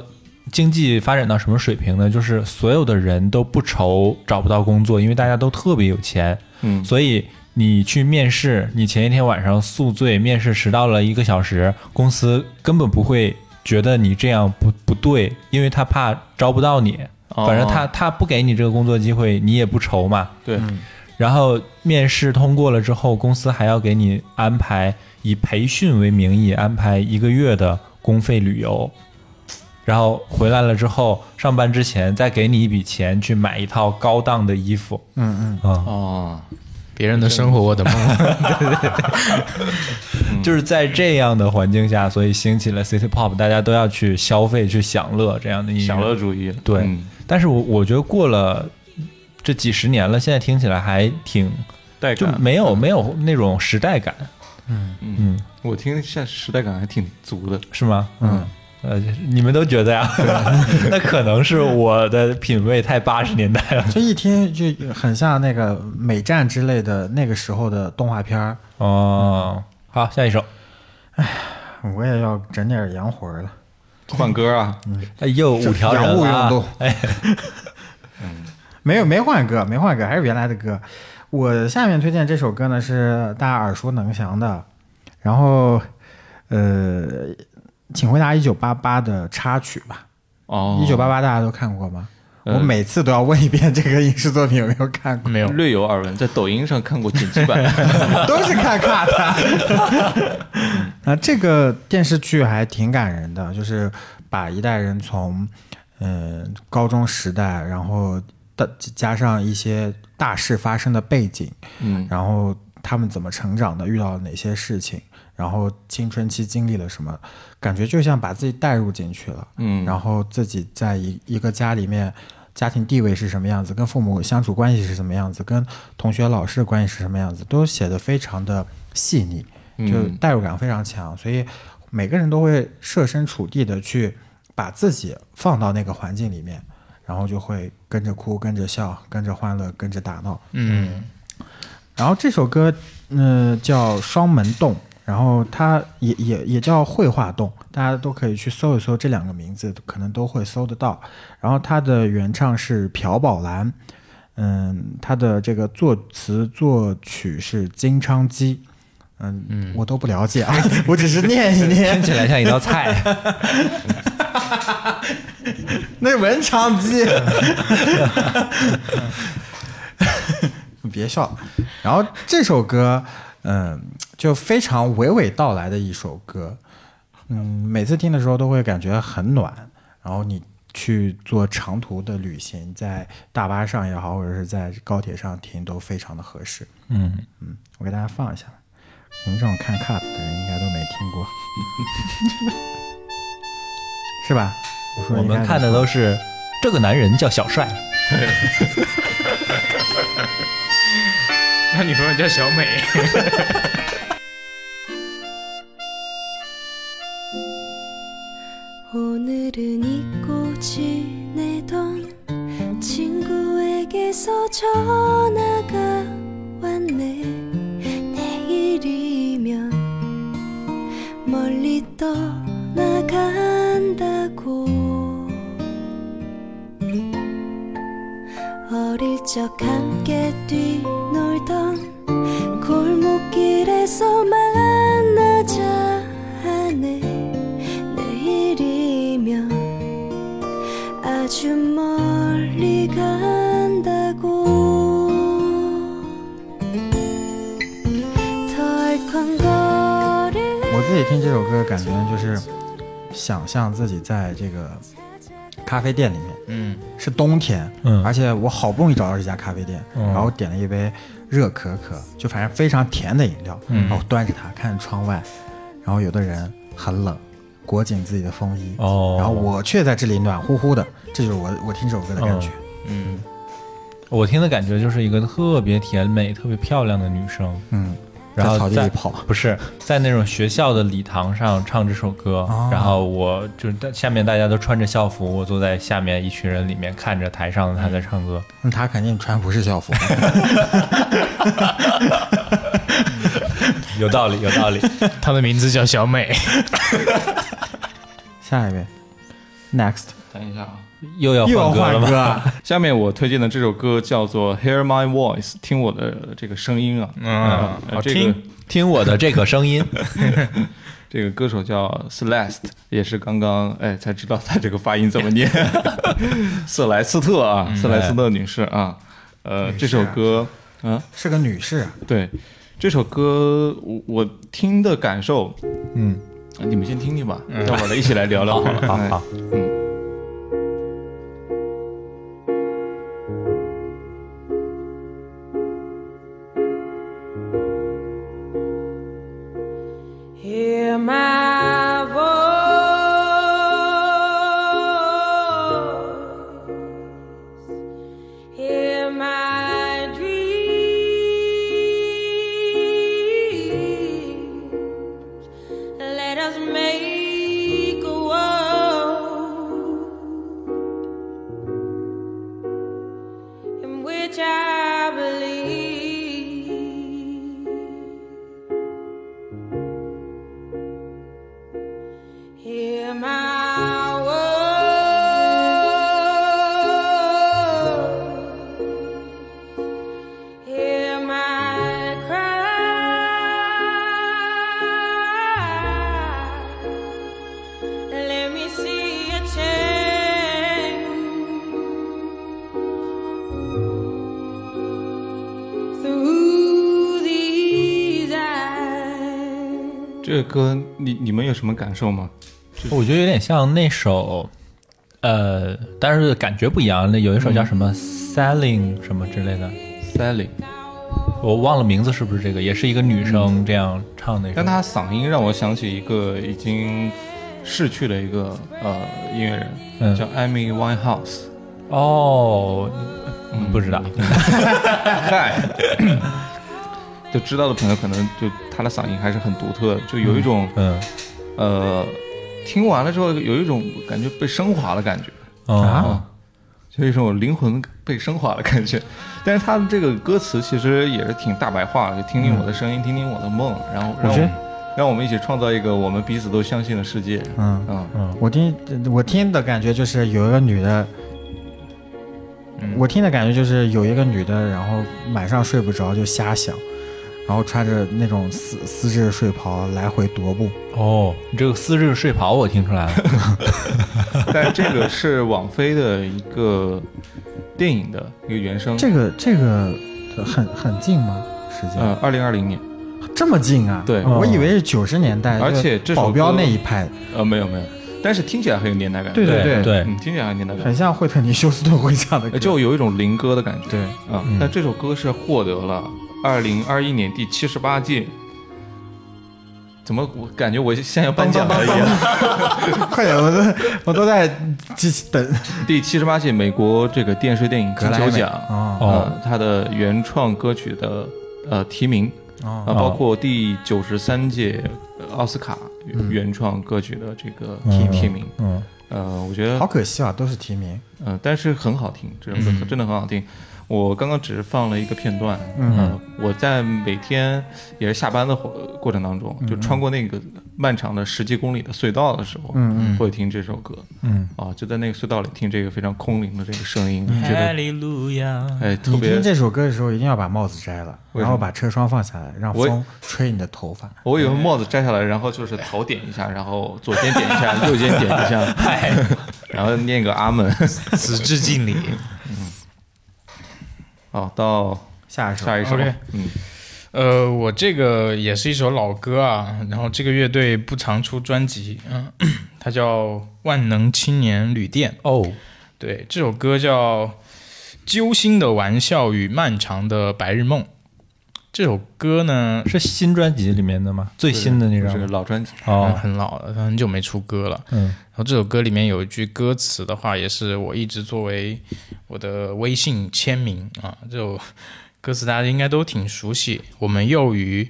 S1: 经济发展到什么水平呢？就是所有的人都不愁找不到工作，因为大家都特别有钱，
S3: 嗯，
S1: 所以你去面试，你前一天晚上宿醉面试迟到了一个小时，公司根本不会觉得你这样不不对，因为他怕招不到你，
S3: 哦
S1: 反正他他不给你这个工作机会，你也不愁嘛。
S3: 对，
S4: 嗯
S1: 然后面试通过了之后，公司还要给你安排以培训为名义安排一个月的公费旅游，然后回来了之后，上班之前再给你一笔钱去买一套高档的衣服。
S2: 嗯
S1: 嗯啊，
S3: 哦，
S4: 别人的生活，我 的 梦。
S3: 嗯
S1: 就是在这样的环境下，所以兴起了 City Pop，大家都要去消费、去享乐这样的音乐。
S3: 享乐主义，
S1: 对，
S3: 嗯
S1: 但是我我觉得过了这几十年了，现在听起来还挺
S3: 带
S1: 就
S3: 感
S1: 没有没有那种时代感，
S3: 嗯，我听现在时代感还挺足的，
S1: 是吗？
S2: 嗯嗯，
S1: 呃，你们都觉得呀？ 那可能是我的品味太八十年代了。
S2: 这一听就很像那个美战之类的那个时候的动画片儿，嗯哎
S1: 哦，好，下一首。
S2: 我也要整点洋魂儿了。嗯
S3: 换歌啊，
S1: 哎呦，五条人
S2: 洋务
S1: 啊
S2: 运动！
S1: 哎，
S3: 嗯
S2: 没有，没换歌，没换歌，还是原来的歌。我下面推荐这首歌呢是大家耳熟能详的，然后呃，请回答一九八八的插曲吧。
S3: 哦，
S2: 一九八八大家都看过吗？
S3: 呃
S2: 我每次都要问一遍这个影视作品有没有看过，
S4: 没有，
S3: 略有耳闻，在抖音上看过剪辑版。
S2: 都是看卡的。啊，这个电视剧还挺感人的，就是把一代人从嗯、呃高中时代，然后的加上一些大事发生的背景，
S3: 嗯，
S2: 然后他们怎么成长的，遇到了哪些事情，然后青春期经历了什么，感觉就像把自己带入进去了。
S3: 嗯
S2: 然后自己在一一个家里面，家庭地位是什么样子，跟父母相处关系是什么样子，跟同学老师的关系是什么样子，都写的非常的细腻，就
S3: 嗯
S2: 代入感非常强，所以每个人都会设身处地的去把自己放到那个环境里面。然后就会跟着哭，跟着笑，跟着欢乐，跟着打闹。
S4: 嗯，
S2: 然后这首歌，嗯、叫《双门洞》，然后它也也也叫绘画洞，大家都可以去搜一搜这两个名字，可能都会搜得到。然后它的原唱是朴宝兰，嗯，它的这个作词作曲是金昌基。嗯，我都不了解 啊，我只是念一念
S1: 听。起来像一道菜。
S2: 那文昌鸡， 别笑。然后这首歌，嗯，就非常娓娓道来的一首歌，嗯，每次听的时候都会感觉很暖。然后你去做长途的旅行，在大巴上也好，或者是在高铁上听，都非常的合适。
S1: 嗯，
S2: 我给大家放一下，你们这种看 cut 的人应该都没听过，是吧？我说
S1: 我
S2: 应该
S1: 们
S2: 没
S1: 看的都是这个男人叫小帅，
S4: 他女朋友叫小 美，
S9: 오늘은 잊고 지내던 친구에게서 전화가 왔네 내일이면 멀리 떠나간다고 어릴 적 함께 뛰놀던 골목길에서 만나자 하네 내일이면 아주 멀리 간다고 덜컹거릴
S2: 我自己听这首歌，感觉就是想象自己在这个咖啡店里面，
S4: 嗯，
S2: 是冬天，
S1: 嗯
S2: 而且我好不容易找到这家咖啡店，
S1: 嗯
S2: 然后点了一杯热可可，就反正非常甜的饮料，
S1: 嗯
S2: 然后端着它看着窗外，然后有的人很冷，裹紧自己的风衣，
S1: 哦
S2: 然后我却在这里暖乎乎的，这就是我我听这首歌的感觉。
S1: 嗯我听的感觉就是一个特别甜美、特别漂亮的女生，
S2: 嗯，
S1: 然后
S2: 在草地
S1: 在
S2: 里跑，
S1: 不是在那种学校的礼堂上唱这首歌，
S2: 哦
S1: 然后我就是在下面大家都穿着校服，我坐在下面一群人里面看着台上她在唱歌，
S2: 那他肯定穿不是校 服。
S1: 有道理，有道 理。
S4: 她的名字叫小美，
S2: 下一位，next
S3: 嗯等一下啊，
S1: 又要
S2: 又
S1: 换
S2: 要
S1: 歌了
S2: 换
S1: 吗？
S2: 歌啊。
S3: 下面我推荐的这首歌叫做《Hear My Voice》，听我的这个声音啊。
S4: 嗯，
S3: 呃
S4: 好
S3: 这个
S4: 听，
S1: 听我的这个声音，
S3: 这个歌手叫 Celeste，也是刚刚哎才知道他这个发音怎么念，瑟莱斯特啊，瑟莱斯特女士啊，呃，这首歌，嗯、
S2: 是个女士，啊
S3: 对，这首歌我我听的感受，
S1: 嗯，
S3: 你们先听听吧，待会儿再一起来聊聊哎好了。好
S1: 好好，
S12: Hear my voice, hear my dreams. Let us make a world. which I believe. Hear my words. Hear my cry. Let me see a change through these eyes.
S3: 这个歌你你们有什么感受吗？
S1: 我觉得有点像那首，呃，但是感觉不一样。那有一首
S3: 嗯
S1: 叫什么 “selling” 什么之类的，
S3: Sally，
S1: 我忘了名字是不是这个，也是一个女生这样唱的一首。
S3: 嗯但他嗓音让我想起一个已经逝去的一个呃音乐人，
S1: 嗯
S3: 叫 Amy Winehouse。嗯
S1: 哦，不知道，
S3: 嗨，就知道的朋友可能就他的嗓音还是很独特的，就有一种、
S1: 嗯
S3: 呃，听完了之后有一种感觉被升华的感觉，
S1: 啊，
S3: 就一种灵魂被升华的感觉。但是他的这个歌词其实也是挺大白话的，就听听我的声音，听听我的梦，然后
S2: 我
S3: 让我
S2: 觉得
S3: 们让我们一起创造一个我们彼此都相信的世界。
S2: 嗯
S3: 嗯
S2: 我听我听的感觉就是有一个女的，
S3: 嗯
S2: 我听的感觉就是有一个女的，然后晚上睡不着就瞎想，然后穿着那种丝丝质睡袍来回踱步。
S1: 哦，你这个丝质睡袍我听出 来了，
S3: 但这个是网飞的一个电影的一个原声，
S2: 这个这个很很近吗？时间、
S3: 呃，二零二零年，
S2: 这么近啊？
S3: 对
S2: 我以为是九十年代，
S3: 而且
S2: 就
S3: 这首
S2: 哎
S3: 歌
S2: 保镖那一派，
S3: 呃，没有没有，但是听起来很有年代感，
S2: 对对
S1: 对
S2: 对
S1: 对
S3: 嗯，听起来很有年代
S2: 很
S3: 感，
S2: 像惠特尼休斯顿会唱的歌。
S3: 呃就有一种灵歌的感觉，
S2: 对
S3: 啊。但这首歌是获得了二零二一年第七十八届。怎么我感觉我像要颁奖了一样？
S2: 快点，我都 我都在等。
S3: 第七十八届美国这个电视电影金球奖
S2: 哦
S1: 哦
S3: 呃，它的原创歌曲的呃提名啊，
S2: 哦，
S3: 包括第九十三届呃奥斯卡原创歌曲的这个提提名，
S1: 嗯，
S3: 呃，我觉得
S2: 好可惜啊，都是提名。嗯
S3: 嗯，但是很好听，这首歌真的很好听。我刚刚只是放了一个片段，嗯、我在每天也是下班的过过程当中，
S2: 嗯
S3: 就穿过那个漫长的十几公里的隧道的时候，嗯嗯，会听这首歌，
S1: 嗯，
S3: 啊，就在那个隧道里听这个非常空灵的这个声音，觉
S4: 哈
S3: 得
S4: 利路亚。
S3: 哎特
S2: 你
S3: 别
S2: 听。这首歌的时候，一定要把帽子摘了，
S3: 为什么
S2: 然后把车窗放下来，让
S3: 我
S2: 风吹你的头发。嗯
S3: 我以为帽子摘下来，然后就是头点一下，然后左肩点一下，右肩点一下，然后念个阿门。
S4: 此致敬礼。
S3: 好，到
S2: 哦下一首，
S3: 下一首
S4: OK
S3: 嗯，
S4: 呃，我这个也是一首老歌啊，然后这个乐队不常出专辑，嗯， 它叫万能青年旅店。
S1: 哦，
S4: 对，这首歌叫《揪心的玩笑与漫长的白日梦》。这首歌呢，
S1: 是新专辑里面的吗？最新的那
S3: 这个
S1: 张？
S3: 老专辑，
S4: 嗯
S1: 哦，
S4: 很老了，它很久没出歌了。
S1: 嗯，
S4: 然后这首歌里面有一句歌词的话，也是我一直作为我的微信签名啊，这首歌词大家应该都挺熟悉。我们又于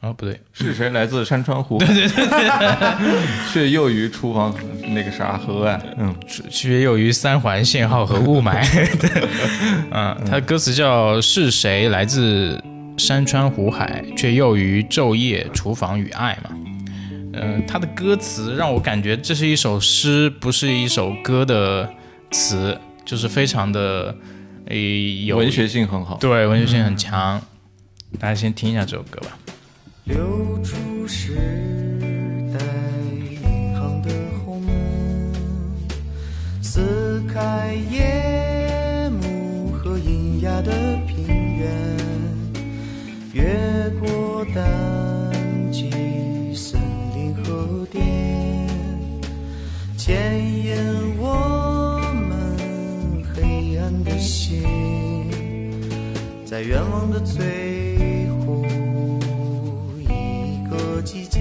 S4: 啊，不对，
S3: 是谁来自山川 湖？对对对， 却又于厨房那个啥河岸。嗯，
S4: 区别囿于三环限号和雾霾。 对，嗯，它的歌词叫“是谁来自山川湖海，却囿于昼夜厨房与爱”嘛。嗯，它的歌词让我感觉这是一首诗，不是一首歌的词，就是非常的诶有
S3: 文学性很好。
S4: 对文学性很强。大家先听一下这首歌吧。
S6: 流出时代银行的红，撕开夜幕和银芽的平原，越过淡季森林和电，牵引我们黑暗的心。在愿望的最后一个季节，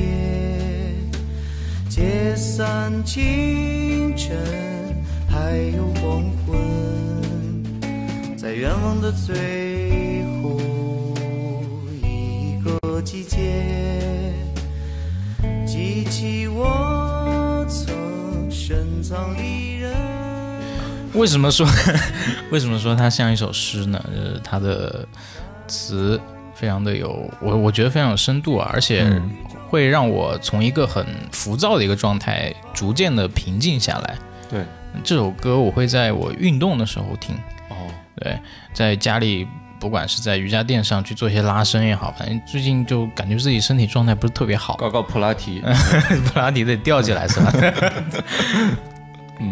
S6: 解散清晨，还有黄昏，在愿望的最后一个季节，记起我曾深藏的人。
S4: 为什么说 为什么说它像一首诗呢？就是它的词非常的有我，我觉得非常有深度啊，而且
S3: 嗯
S4: 会让我从一个很浮躁的一个状态逐渐的平静下来。
S3: 对，
S4: 这首歌我会在我运动的时候听，
S3: 哦，
S4: 对，在家里不管是在瑜伽垫上去做一些拉伸也好，反正最近就感觉自己身体状态不是特别好，
S3: 搞搞普拉提，
S4: 普拉提得吊起来是 吧？
S3: 嗯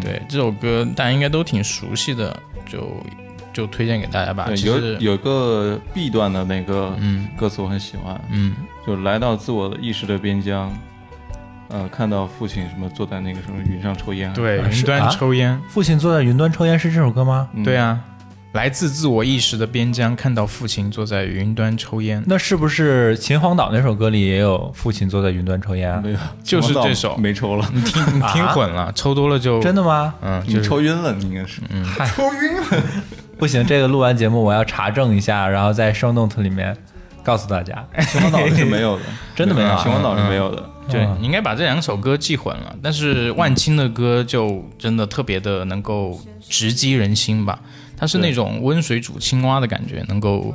S4: 对，这首歌大家应该都挺熟悉的，就就推荐给大家吧。
S3: 对，
S4: 其
S3: 有
S4: 实，
S3: 有个 B 段的那个
S4: 嗯
S3: 歌词我很喜欢，
S4: 嗯，
S3: 就来到自我的意识的边疆，呃，看到父亲什么坐在那个什么云上抽烟，，
S4: 对，
S1: 是
S4: 云端
S1: 啊
S4: 抽烟，
S1: 父亲坐在云端抽烟是这首歌吗？
S3: 嗯
S4: 对啊，来自自我意识的边疆，看到父亲坐在云端抽烟，
S1: 那是不是秦皇岛那首歌里也有父亲坐在云端抽烟啊？
S3: 没有，
S4: 就是这首
S3: 没抽了，
S4: 你听你听混了，抽多了
S2: 哦
S4: 就
S1: 真的，吗？
S4: 嗯，
S3: 你
S4: 就是
S3: 抽晕了，你应该是，
S2: 嗯
S1: 不行，这个录完节目我要查证一下，然后在 show note 里面告诉 大家。
S3: 秦皇岛是没有的，
S1: 真的没有啊嗯
S3: 秦皇岛是没有的，
S4: 对，你应该把这两首歌记混了。但是万青的歌就真的特别的能够直击人心吧，它是那种温水煮青蛙的感觉，能够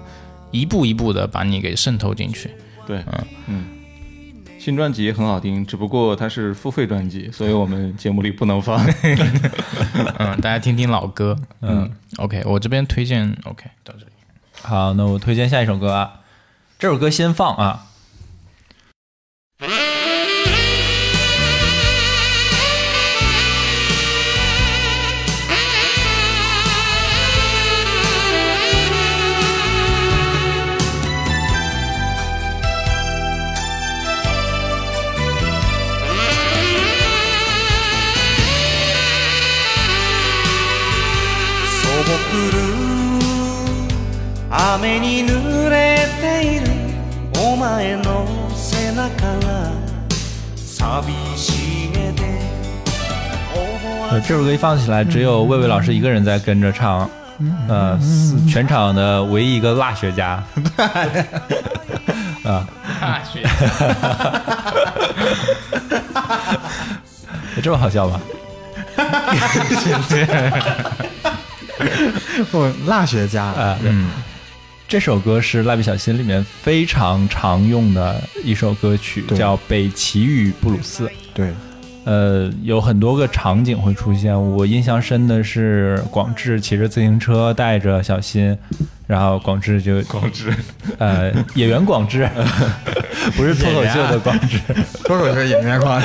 S4: 一步一步的把你给渗透进去。
S3: 对，嗯。新专辑很好听，只不过它是付费专辑，所以我们节目里 不能放。
S4: 嗯，大家听听老歌。嗯，OK，我这边推荐 OK 到这里。
S1: 好，那我推荐下一首歌啊，这首歌先放啊。
S6: そぼくる雨に濡れているお前の背中が寂しげで思わ
S4: 嗯
S1: 呃，
S6: ず
S1: 这首歌一放起来，只有魏魏老师一个人在跟着唱，
S4: 嗯
S1: 呃，四全场的唯一一个辣 学家。啊
S4: 大学，
S1: 有 这么好笑吗？
S2: 我辣学家，
S1: 啊嗯这首歌是《蜡笔小新》里面非常常用的一首歌曲，
S2: 对
S1: 叫《北齐与布鲁斯》。
S2: 对，
S1: 呃，有很多个场景会出现。我印象深的是广志骑着自行车带着小新，然后广志就广志，呃，演员广 志，不是脱口秀的广志。
S2: 脱口秀演员狂，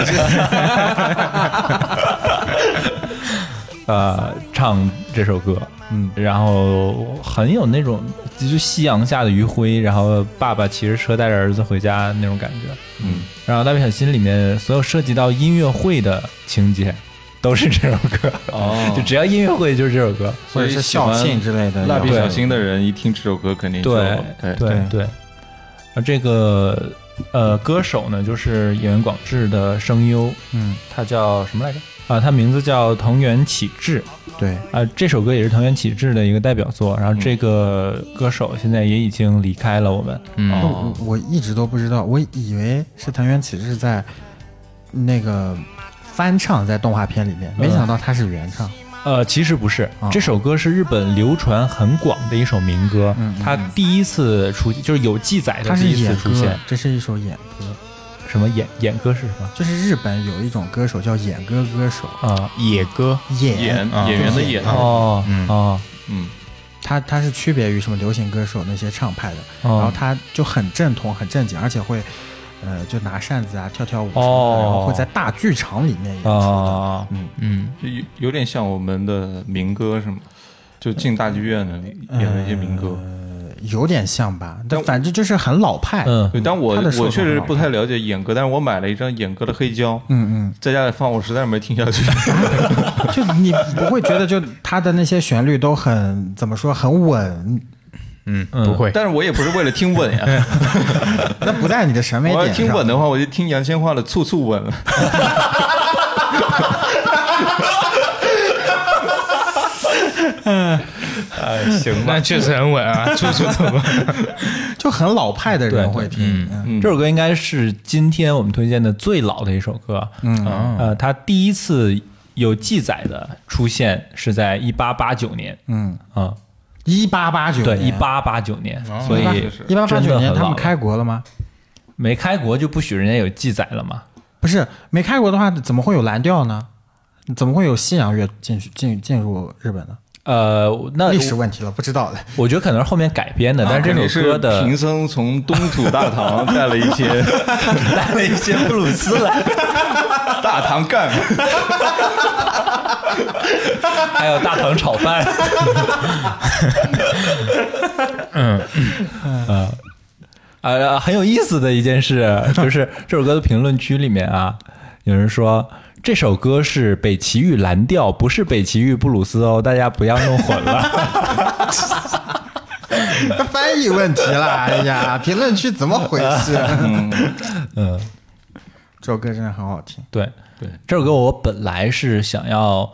S1: 呃唱这首歌，嗯，然后很有那种就是夕阳下的余晖，然后爸爸骑着车带着儿子回家那种感觉，
S3: 嗯，
S1: 然后《蜡笔小新》里面所有涉及到音乐会的情节都是这首歌，
S3: 哦
S1: 就只要 音乐会就是这首歌，
S2: 或者是校庆之类的，
S3: 蜡笔
S2: 有
S3: 小新的人一听这首歌肯定就哎
S1: 对
S2: 哎
S3: 对
S1: 对对，而这个呃歌手呢，就是演员广志的声优，
S2: 嗯，
S1: 他叫什么来着？啊，他名字叫藤原启志，
S2: 对，嗯
S1: 啊，这首歌也是藤原启志的一个代表作，然后这个歌手现在也已经离开了我们。
S4: 嗯，
S3: 哦
S2: 我我一直都不知道，我以为是藤原启志在那个翻唱在动画片里面，
S3: 嗯
S2: 没想到他是原唱。
S1: 呃，其实不是
S2: 啊，
S1: 这首歌是日本流传很广的一首民歌，
S2: 嗯
S1: 它第一次出就是有记载的
S2: 他是
S1: 第一次
S2: 演
S1: 出
S2: 歌
S1: 现。，
S2: 这是一首演歌，
S1: 什么演演歌是什么？
S2: 就是日本有一种歌手叫演歌歌手，
S1: 啊、
S4: 野歌，
S2: 演
S3: 演
S4: 啊
S3: 演员的演，
S1: 哦
S4: 嗯
S1: 哦
S3: 嗯，
S2: 他他是区别于什么流行歌手那些唱派的，然后
S1: 哦，
S2: 他就很正统、很正经，而且会，呃，就拿扇子啊、跳跳舞什么的，
S1: 哦
S2: 然后会在大剧场里面演出的。
S1: 哦
S2: 嗯，
S4: 嗯，
S3: 就有有点像我们的民歌什么，就进大剧院的演的一些民歌。
S2: 有点像吧，但
S3: 但
S2: 反正就是很老派。
S1: 嗯，
S3: 对，但我
S2: 他的受众
S3: 我确实
S2: 很好
S3: 不太了解演歌，但是我买了一张演歌的黑胶，
S2: 嗯
S3: 在家里放，我实在是没听下去。
S2: 嗯，就你不会觉得就他的那些旋律都很怎么说很稳，
S4: 嗯，不会，
S3: 但是我也不是为了听稳呀，
S2: 那不在你的审美
S3: 我要
S2: 点
S3: 听稳
S2: 上。
S3: 的话，我就听杨千嬅的《处处吻》了。
S2: 哎
S4: 那确实很稳啊，处处都稳。
S2: 就很老派的人会听。嗯
S1: 这首歌应啊该是今天我们推荐的最老的一首歌。嗯，呃，它第一次有记载的出现是在一八八九年
S2: 嗯，
S1: 啊、
S2: 一八八九哦
S1: 对，一八八九年，
S3: 哦
S1: 所以
S2: 一八八
S1: 真的
S2: 九
S1: 很
S2: 年他
S1: 老
S2: 们
S1: 了
S2: 开国了吗？
S1: 没开国就不许人家有记载了嘛？
S2: 不是没开国的话，怎么会有蓝调呢？怎么会有西洋乐进去进进入日本呢？
S1: 呃，那
S2: 历史问题了，不知道的。
S1: 我觉得可能是后面改编的，但
S3: 肯
S1: 这
S3: 定
S1: 首歌
S3: 是
S1: 的
S3: 贫僧从东土大唐带了一些
S1: 带了一些布鲁斯来，
S3: 大唐干，
S1: 还有大唐炒饭。 嗯嗯呃，很有意思的一件事就是这首歌的评论区里面啊，有人说这首歌是北齐豫蓝调，不是北齐豫布鲁斯哦，大家不要弄混了。
S2: 翻译问题啦，哎呀，评论区怎么回事？嗯，这首歌真的很好听。
S1: 对对，这首歌我本来是想要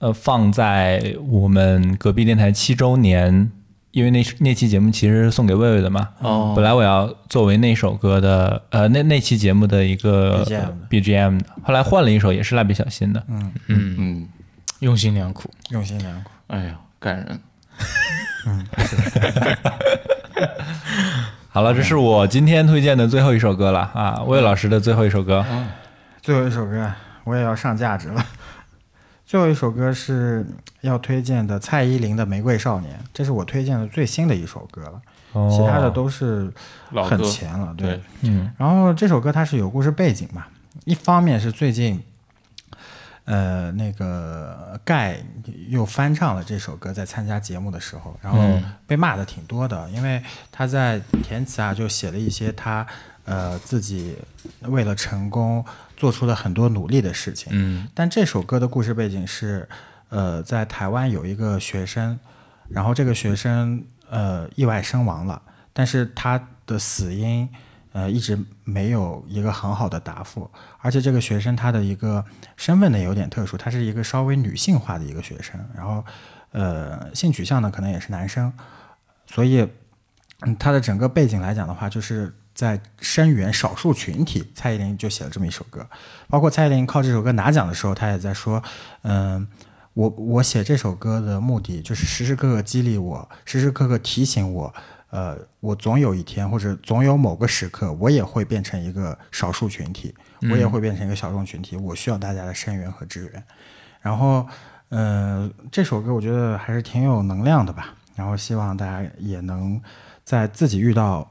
S1: 呃放在我们隔壁电台七周年，因为那那期节目其实是送给魏魏的嘛。
S3: 哦
S1: 本来我要作为那首歌的呃那那期节目的一个
S2: BGM 的
S1: BGM 的，后来换了一首也是蜡笔小新的。嗯，
S3: 嗯，
S4: 用心良苦。
S2: 用心良苦，
S3: 哎呀，感人。
S1: 好了，这是我今天推荐的最后一首歌了啊，魏老师的最后一首歌。
S2: 最后一首歌我也要上价值了。最后一首歌是要推荐的蔡依林的《玫瑰少年》，这是我推荐的最新的一首歌了，
S1: 哦
S2: 其他的都是
S3: 老
S2: 很
S3: 歌
S2: 前了。对
S3: 对，
S1: 嗯
S2: 然后这首歌它是有故事背景嘛，一方面是最近，呃，那个盖又翻唱了这首歌，在参加节目的时候，然后被骂的挺多的，因为他在填词啊就写了一些他呃自己为了成功做出了很多努力的事情。嗯，但这首歌的故事背景是，呃，在台湾有一个学生，然后这个学生呃意外身亡了，但是他的死因呃一直没有一个很好的答复，而且这个学生她的一个身份呢有点特殊，她是一个稍微女性化的一个学生，然后呃性取向呢可能也是男生，所以嗯她的整个背景来讲的话，就是在声援少数群体，蔡依林就写了这么一首歌，包括蔡依林靠这首歌拿奖的时候，她也在说，嗯、我我写这首歌的目的就是时时刻刻激励我，时时刻刻提醒我，呃，我总有一天或者总有某个时刻，我也会变成一个少数群体，我也会变成一个小众群体，我需要大家的声援和支援。然后，呃，这首歌我觉得还是挺有能量的吧。然后希望大家也能在自己遇到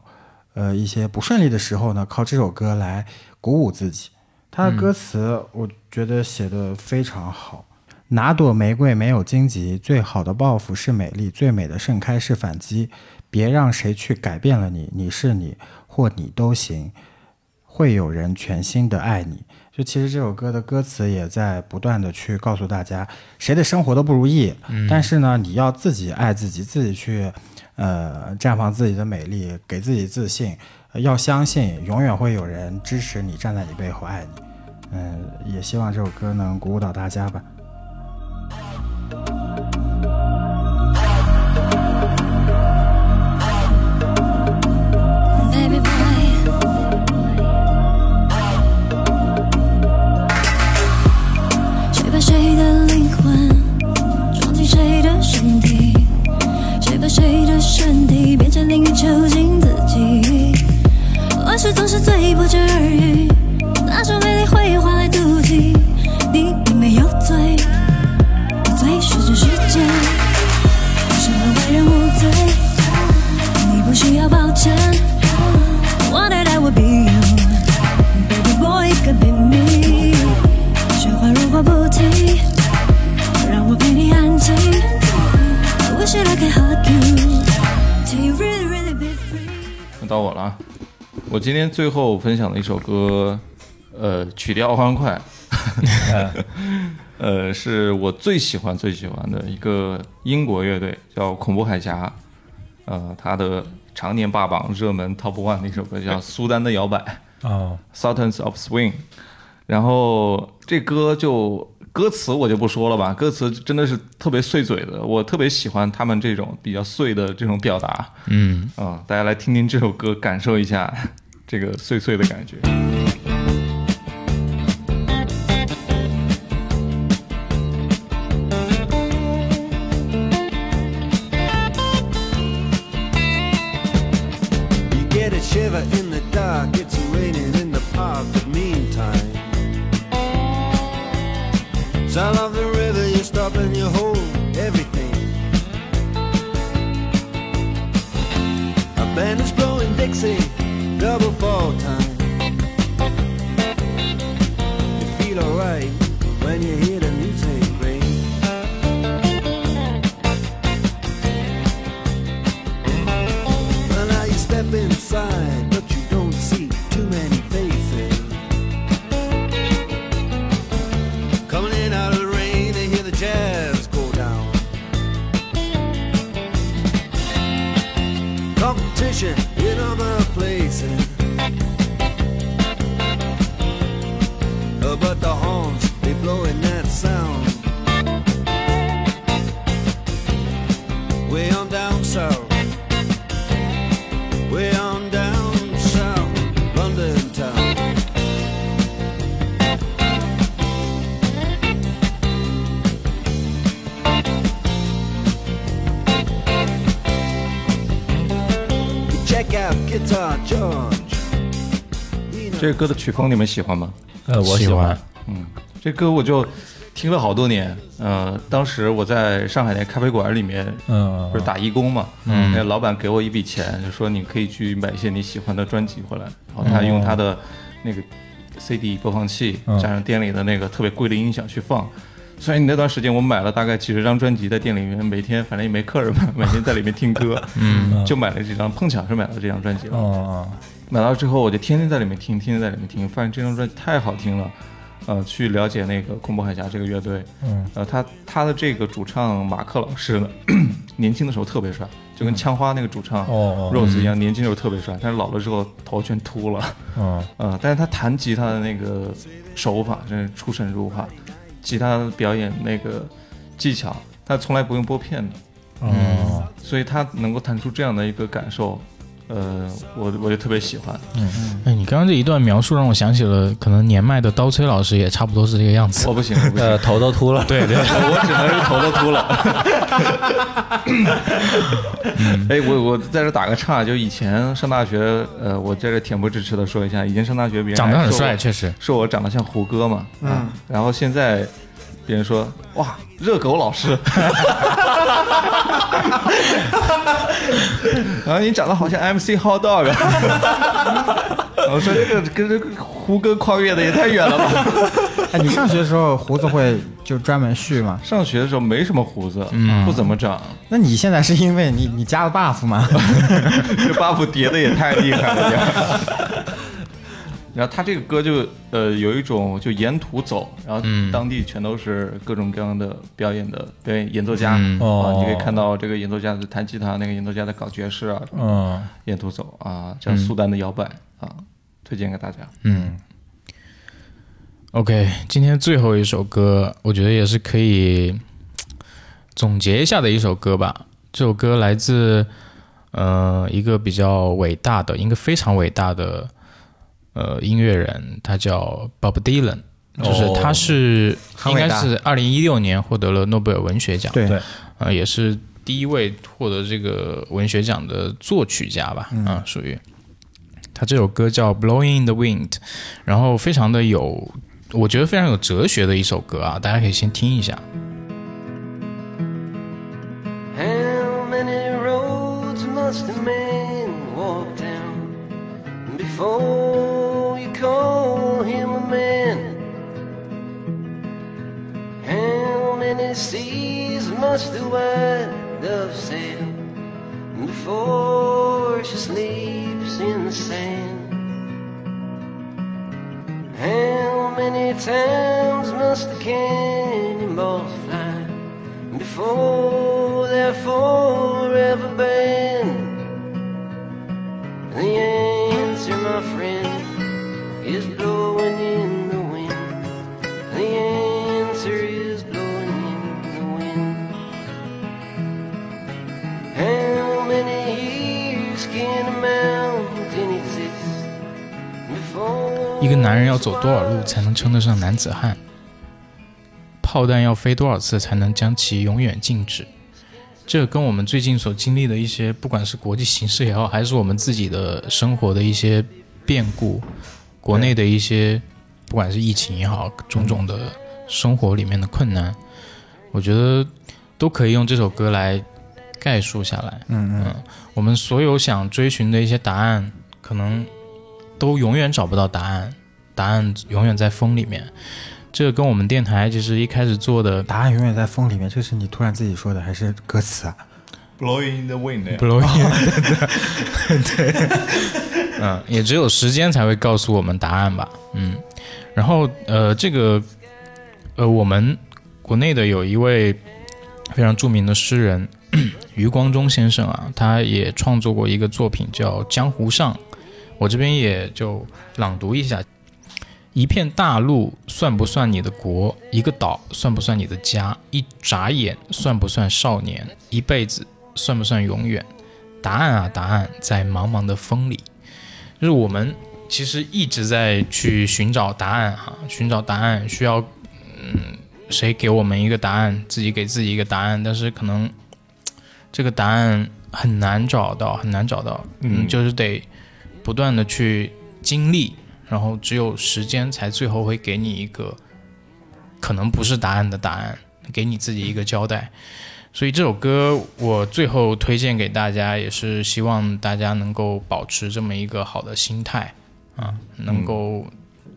S2: 呃一些不顺利的时候呢，靠这首歌来鼓舞自己。它的歌词我觉得写的非常好。哪朵玫瑰没有荆棘？最好的报复是美丽，最美的盛开是反击。别让谁去改变了你，你是你，或你都行。会有人全心的爱你。就其实这首歌的歌词也在不断的去告诉大家，谁的生活都不如意，但是呢，你要自己爱自己，自己去呃绽放自己的美丽，给自己自信，呃要相信永远会有人支持你，站在你背后爱你。嗯、也希望这首歌能鼓舞到大家吧。
S10: Baby boy，谁把谁的灵魂装进谁的身体？谁把谁的身体变成囹圄囚禁自己？乱世总是最不值而语，那种美丽会换来妒忌。你并没有罪，你罪是这世界，什么为人无罪？你不需要抱歉。Wanted I would be you, baby boy, it could be me。雪花如果不停，让我陪你安静。I wish that I could hug you till you really, really be free。
S3: 那到我了啊，我今天最后分享的一首歌，呃，曲调欢快， 呃，是我最喜欢最喜欢的一个英国乐队，叫恐怖海峡，呃，他的常年霸榜热门 Top One 的一首歌叫《苏丹的摇摆》。
S1: 哦，
S3: Sultans of Swing，然后这歌就歌词我就不说了吧，歌词真的是特别碎嘴的，我特别喜欢他们这种比较碎的这种表达。
S4: 嗯，
S3: 啊、大家来听听这首歌，感受一下 这个碎碎的感觉。
S13: and it's blowing Dixie, double fall time. You feel alright when you hear the music ring. Well, now you step inside, but you don't see too many faces. Coming in out of the rain, they hear the jazz go down. competition in other places. Uh, But the horns, they blowing that sound. Way on down south. Way on down south, London town. Check out Guitar George.
S3: 这歌的曲风你们喜欢吗？
S1: 呃，我喜欢，
S3: 嗯，这歌我就听了好多年。呃，当时我在上海那咖啡馆里面，
S1: 嗯
S3: 不是打义工嘛，嗯，那老板给我一笔钱，就说你可以去买一些你喜欢的专辑回来。然后他用他的那个 CD 播放器，
S1: 嗯
S3: 加上店里的那个特别贵的音响去放。所以那段时间我买了大概几十张专辑，在店里面每天反正也没客人嘛，每天在里面听歌，嗯，就买了这张，碰巧是买了这张专辑了。
S1: 哦，
S3: 买到之后，我就天天在里面听，天天在里面听，发现这张专辑太好听了，呃，去了解那个空波海峡这个乐队，
S1: 嗯，
S3: 呃，他他的这个主唱马克老师呢， 年轻的时候特别帅，就跟枪花那个主唱
S1: 嗯哦哦
S3: Rose 一样，年轻的时候特别帅，但是老了之后头全秃了，
S1: 嗯，
S3: 呃，但是他弹吉他的那个手法真是出神入化，吉他表演那个技巧，他从来不用拨片的，嗯
S1: 哦，
S3: 所以他能够弹出这样的一个感受，呃，我我就特别喜欢。
S4: 哎，你刚刚这一段描述让我想起了，可能年迈的刀崔老师也差不多是这个样子
S3: 我。不行，我不行，
S1: 呃，头都秃了，
S4: 对 对，
S3: 我只能是头都秃了。哎，我我在这打个岔，就以前上大学，呃，我在这恬不知耻的说一下，以前上大学别人
S4: 长得
S3: 还
S4: 很
S3: 说
S4: 帅，
S3: 我
S4: 确实。
S3: 说我长得像胡歌嘛，嗯，然后现在别人说哇，热狗老师， 然后你长得好像 MC Hot Dog，我说这个跟这个胡歌跨越的也太远了吧。
S2: 哎，你上学的时候胡子会就专门蓄吗？嗯
S3: 上学的时候没什么胡子，不怎么长，
S2: 那你现在是因为你你加了 buff 吗？
S3: 这 buff 叠的也太厉害了点儿。然后他这个歌就呃有一种就沿途走，然后当地全都是各种各样的表演的表演演奏家、
S4: 嗯
S3: 啊，
S1: 哦
S3: 你可以看到这个演奏家在弹吉他，那个演奏家在搞爵士啊，什么
S1: 嗯
S3: 沿途走啊，叫苏丹的摇摆、啊，推荐给大家。
S4: 嗯。OK，今天最后一首歌，我觉得也是可以嘖总结一下的一首歌吧。这首歌来自呃一个比较伟大的，一个非常伟大的呃音乐人，他叫 Bob Dylan，就是他是、
S2: 哦很
S4: 应
S2: 伟
S4: 该
S2: 大
S4: 是二零一六年获得了诺贝尔文学奖，
S2: 对
S1: 对
S4: 呃，也是第一位获得这个文学奖的作曲家吧，嗯、属于。他这首歌叫《Blowing in the Wind》，然后非常的有，我觉得非常有哲学的一首歌啊，大家可以先听一下。
S13: How many roads must a man walk down before you call him a man? How many seas must the white dove sail before she sleeps in the sand? How many times must the cannonballs fly? before they're forever banned. The answer, my friend, is blowing in the wind. The answer is blowing in the wind. How many years can a mountain exist before?
S4: 一个男人要走多少路才能称得上男子汉？炮弹要飞多少次才能将其永远静止？这跟我们最近所经历的一些，不管是国际形势也好，还是我们自己的生活的一些变故，国内的一些，不管是疫情也好，种种的生活里面的困难，我觉得都可以用这首歌来概述下来。
S2: 嗯
S4: 嗯，我们所有想追寻的一些答案，可能都永远找不到答案，答案永远在风里面。这个跟我们电台其实一开始做的
S2: 答案永远在风里面，这是你突然自己说的还是歌词啊？
S3: Blowing in the wind，呀
S4: blowing，、对对， 嗯，也只有时间才会告诉我们答案吧，嗯，然后呃，这个呃，我们国内的有一位非常著名的诗人 余光中先生啊，他也创作过一个作品叫《江湖上》，我这边也就朗读一下。一片大陆算不算你的国？一个岛算不算你的家？一眨眼算不算少年？一辈子算不算永远？答案啊，答案在茫茫的风里。就是我们其实一直在去寻找答案啊，寻找答案需要，嗯，谁给我们一个答案，自己给自己一个答案，但是可能嘖这个答案很难找到，很难找到，嗯，
S3: 嗯
S4: 就是得不断的去经历，然后只有时间才最后会给你一个可能不是答案的答案，给你自己一个交代。所以这首歌我最后推荐给大家，也是希望大家能够保持这么一个好的心态啊，能够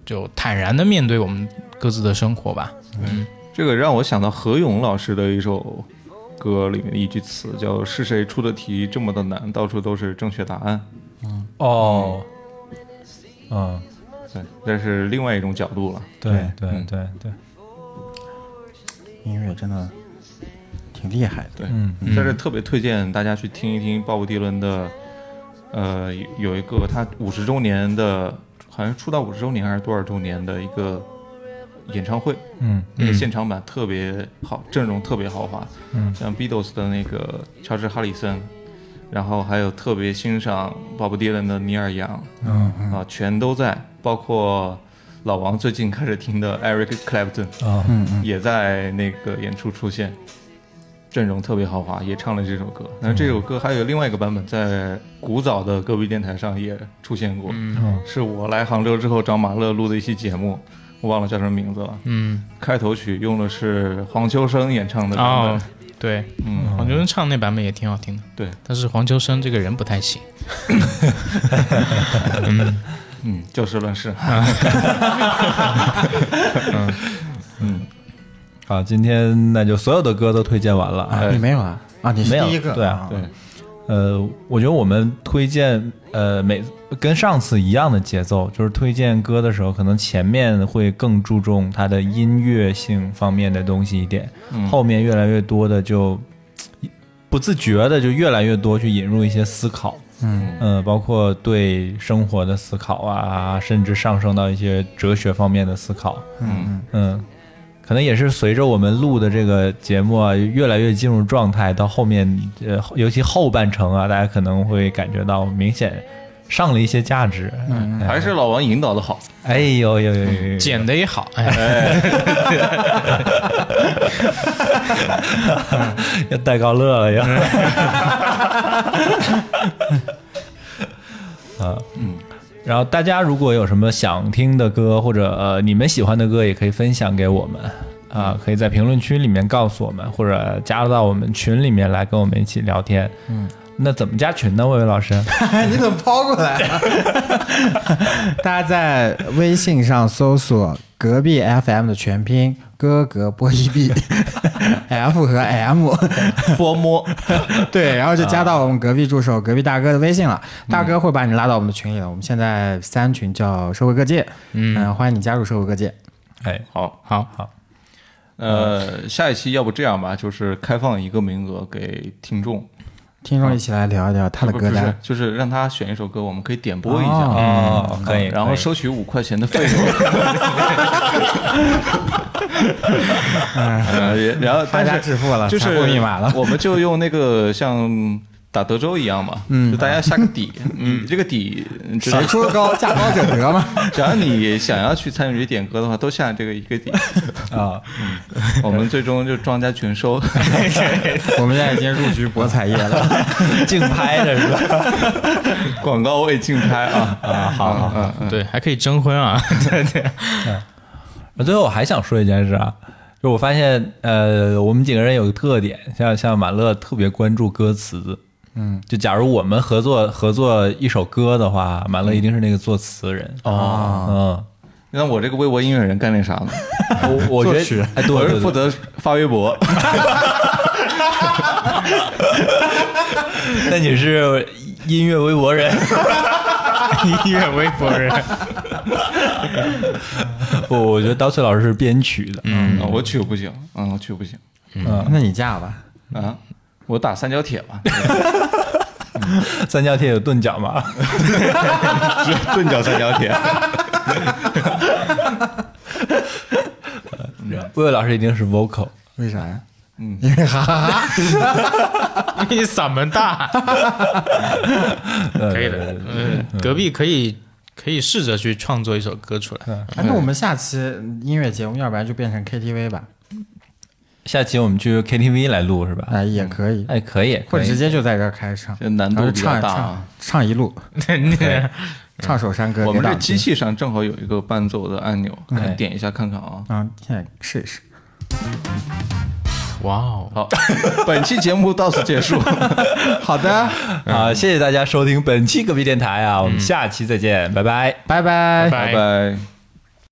S4: 就坦然的面对我们各自的生活吧。
S3: 嗯
S4: 嗯
S3: 这个让我想到何勇老师的一首歌里面的一句词，叫“是谁出的题这么的难，到处都是正确答案
S1: 哦，嗯，”。
S3: 对，那是另外一种角度了。
S1: 对对
S3: 嗯
S1: 对对，
S2: 音乐真的挺厉害的。
S3: 对，
S1: 嗯
S3: 在这特别推荐大家去听一听鲍勃迪伦的，呃，有一个他五十周年的，好像出道五十周年还是多少周年的一个演唱会，
S1: 嗯
S3: 那个现场版特别好，阵容特别豪华，
S1: 嗯
S3: 像 Beatles 的那个乔治哈里森，然后还有特别欣赏鲍勃迪伦的尼尔杨，
S1: 嗯
S3: 啊，全都在，包括老王最近开始听的 Eric Clapton，
S1: 啊，
S2: 嗯嗯，
S3: 也在那个演出出现，阵容特别豪华，也唱了这首歌。那这首歌还有另外一个版本，在古早的歌迷电台上也出现过，
S4: 嗯
S1: 哦
S3: 是我来杭州之后找马乐录的一期节目，我忘了叫什么名字了。
S4: 嗯，
S3: 开头曲用的是黄秋生演唱的版本，
S4: 哦，对，
S3: 嗯，
S4: 黄秋生唱那版本也挺好听的，
S3: 对，
S4: 但是黄秋生这个人不太 行。
S3: 嗯，就事论事。
S4: 啊
S1: 啊嗯
S4: 嗯
S1: 好，今天那就所有的歌都推荐完了啊。
S2: 啊，你没有啊？啊，你是
S1: 没有
S2: 第一个，
S1: 对啊
S2: 啊，
S3: 对，
S1: 呃，我觉得我们推荐呃每跟上次一样的节奏，就是推荐歌的时候，可能前面会更注重它的音乐性方面的东西一点，
S2: 嗯
S1: 后面越来越多的就嘖不自觉的就越来越多去引入一些思考，
S2: 嗯
S1: 呃，包括对生活的思考啊，甚至上升到一些哲学方面的思考，
S3: 嗯，
S1: 嗯，可能也是随着我们录的这个节目啊，越来越进入状态，到后面呃，尤其后半程啊，大家可能会感觉到明显上了一些价值。嗯，
S3: 还是老王引导的好。
S1: 哎呦 呦呦呦呦，
S4: 剪的也好，哎，
S1: 要戴高乐了要。 啊，嗯。然后大家如果有什么想听的歌，或者呃你们喜欢的歌，也可以分享给我们啊、可以在评论区里面告诉我们，或者加入到我们群里面来跟我们一起聊天。嗯，那怎么加群呢？魏巍老师？
S2: 哎， 你怎么抛过来啊了？ 大家在微信上搜索“隔壁 FM” 的全拼“哥哥波一 B F” 和 “M”，
S3: 波摸，
S2: 对，然后就加到我们隔壁助手、隔壁大哥的微信了。大哥会把你拉到我们的群里的。我们现在三群叫“社会各界”，嗯、欢迎你加入社会各界。
S1: 哎，
S3: 好，
S4: 好，
S3: 呃，下一期要不这样吧，就是开放一个名额给听众，
S2: 听众一起来聊一聊他的
S3: 不
S2: 歌
S3: 不是
S2: 单。，
S3: 就是让他选一首歌，我们可以点播一下，
S1: 哦
S3: 嗯
S1: 可以
S3: 然后
S1: 可以
S3: 收取五块钱的费用。 呃也然后
S2: 大
S3: 但
S2: 家
S3: 是
S2: 致富了
S3: 就是
S2: 财富密码了
S3: 我们就用那个像打德州一样嘛，就大家下个 底，嗯，这个底只
S2: 谁出的 高，价高者得嘛。
S3: 只要你想要去参与点歌的话，都下这个一个 底，嗯
S1: 啊，
S3: 我们最终就庄家全收。
S2: 我们现在已经入局博彩业了。
S1: 竞拍的是吧？
S3: 广告位竞拍啊啊，好好好，嗯
S4: 对，还可以征婚啊，对对，
S1: 嗯最后我还想说一件事啊，就我发现，呃，我们几个人有个特点，像像马乐特别关注歌词，嗯，就假如我们合作合作一首歌的话，马乐一定是那个作词人哦，
S3: 嗯那我这个微博音乐人干点啥呢？
S1: 嗯，我我觉
S2: 作曲
S1: 得，哎，对
S3: 我
S1: 对
S3: 是
S1: 对
S3: 负责发微博，
S1: 那你是音乐微博人？
S4: 音乐微博人，
S1: 不，我觉得刀翠老师是编曲的。
S3: 嗯，我曲不行，嗯，我曲不行嗯
S2: 那你嫁吧。
S3: 啊，我打三角铁吧，
S1: 三角铁有钝角吗？
S3: 钝角三角铁，
S1: 魏魏老师一定是 vocal。嗯
S2: 为啥呀？
S4: 你嗓门大，可以的。嗯，隔壁可以可以试着去创作一首歌出来。
S3: 嗯
S2: 啊那我们下期音乐节目，要不然就变成 KTV 吧？
S1: 下期我们去 KTV 来录是吧？
S2: 哎，也可以，
S1: 哎，可以，
S2: 或者
S1: 可以
S2: 直接就在这儿开始唱，
S3: 这难度
S2: 然后
S3: 比较
S2: 唱
S3: 大
S2: 唱
S3: 啊嗯
S2: 唱一 路，
S4: 你
S2: 唱首山歌给
S3: 我
S2: 党听。
S3: 们这机器上正好有一个伴奏的按钮，可
S1: 哎
S3: 以点一下看看啊。
S2: 啊，现在试一试。
S4: 哇哦，
S3: 好，本期节目到此结 束，
S2: 好的，嗯
S1: 啊！谢谢大家收听本期隔壁电台啊，我们下期再见，拜拜。
S2: 拜拜
S4: 拜
S3: 拜。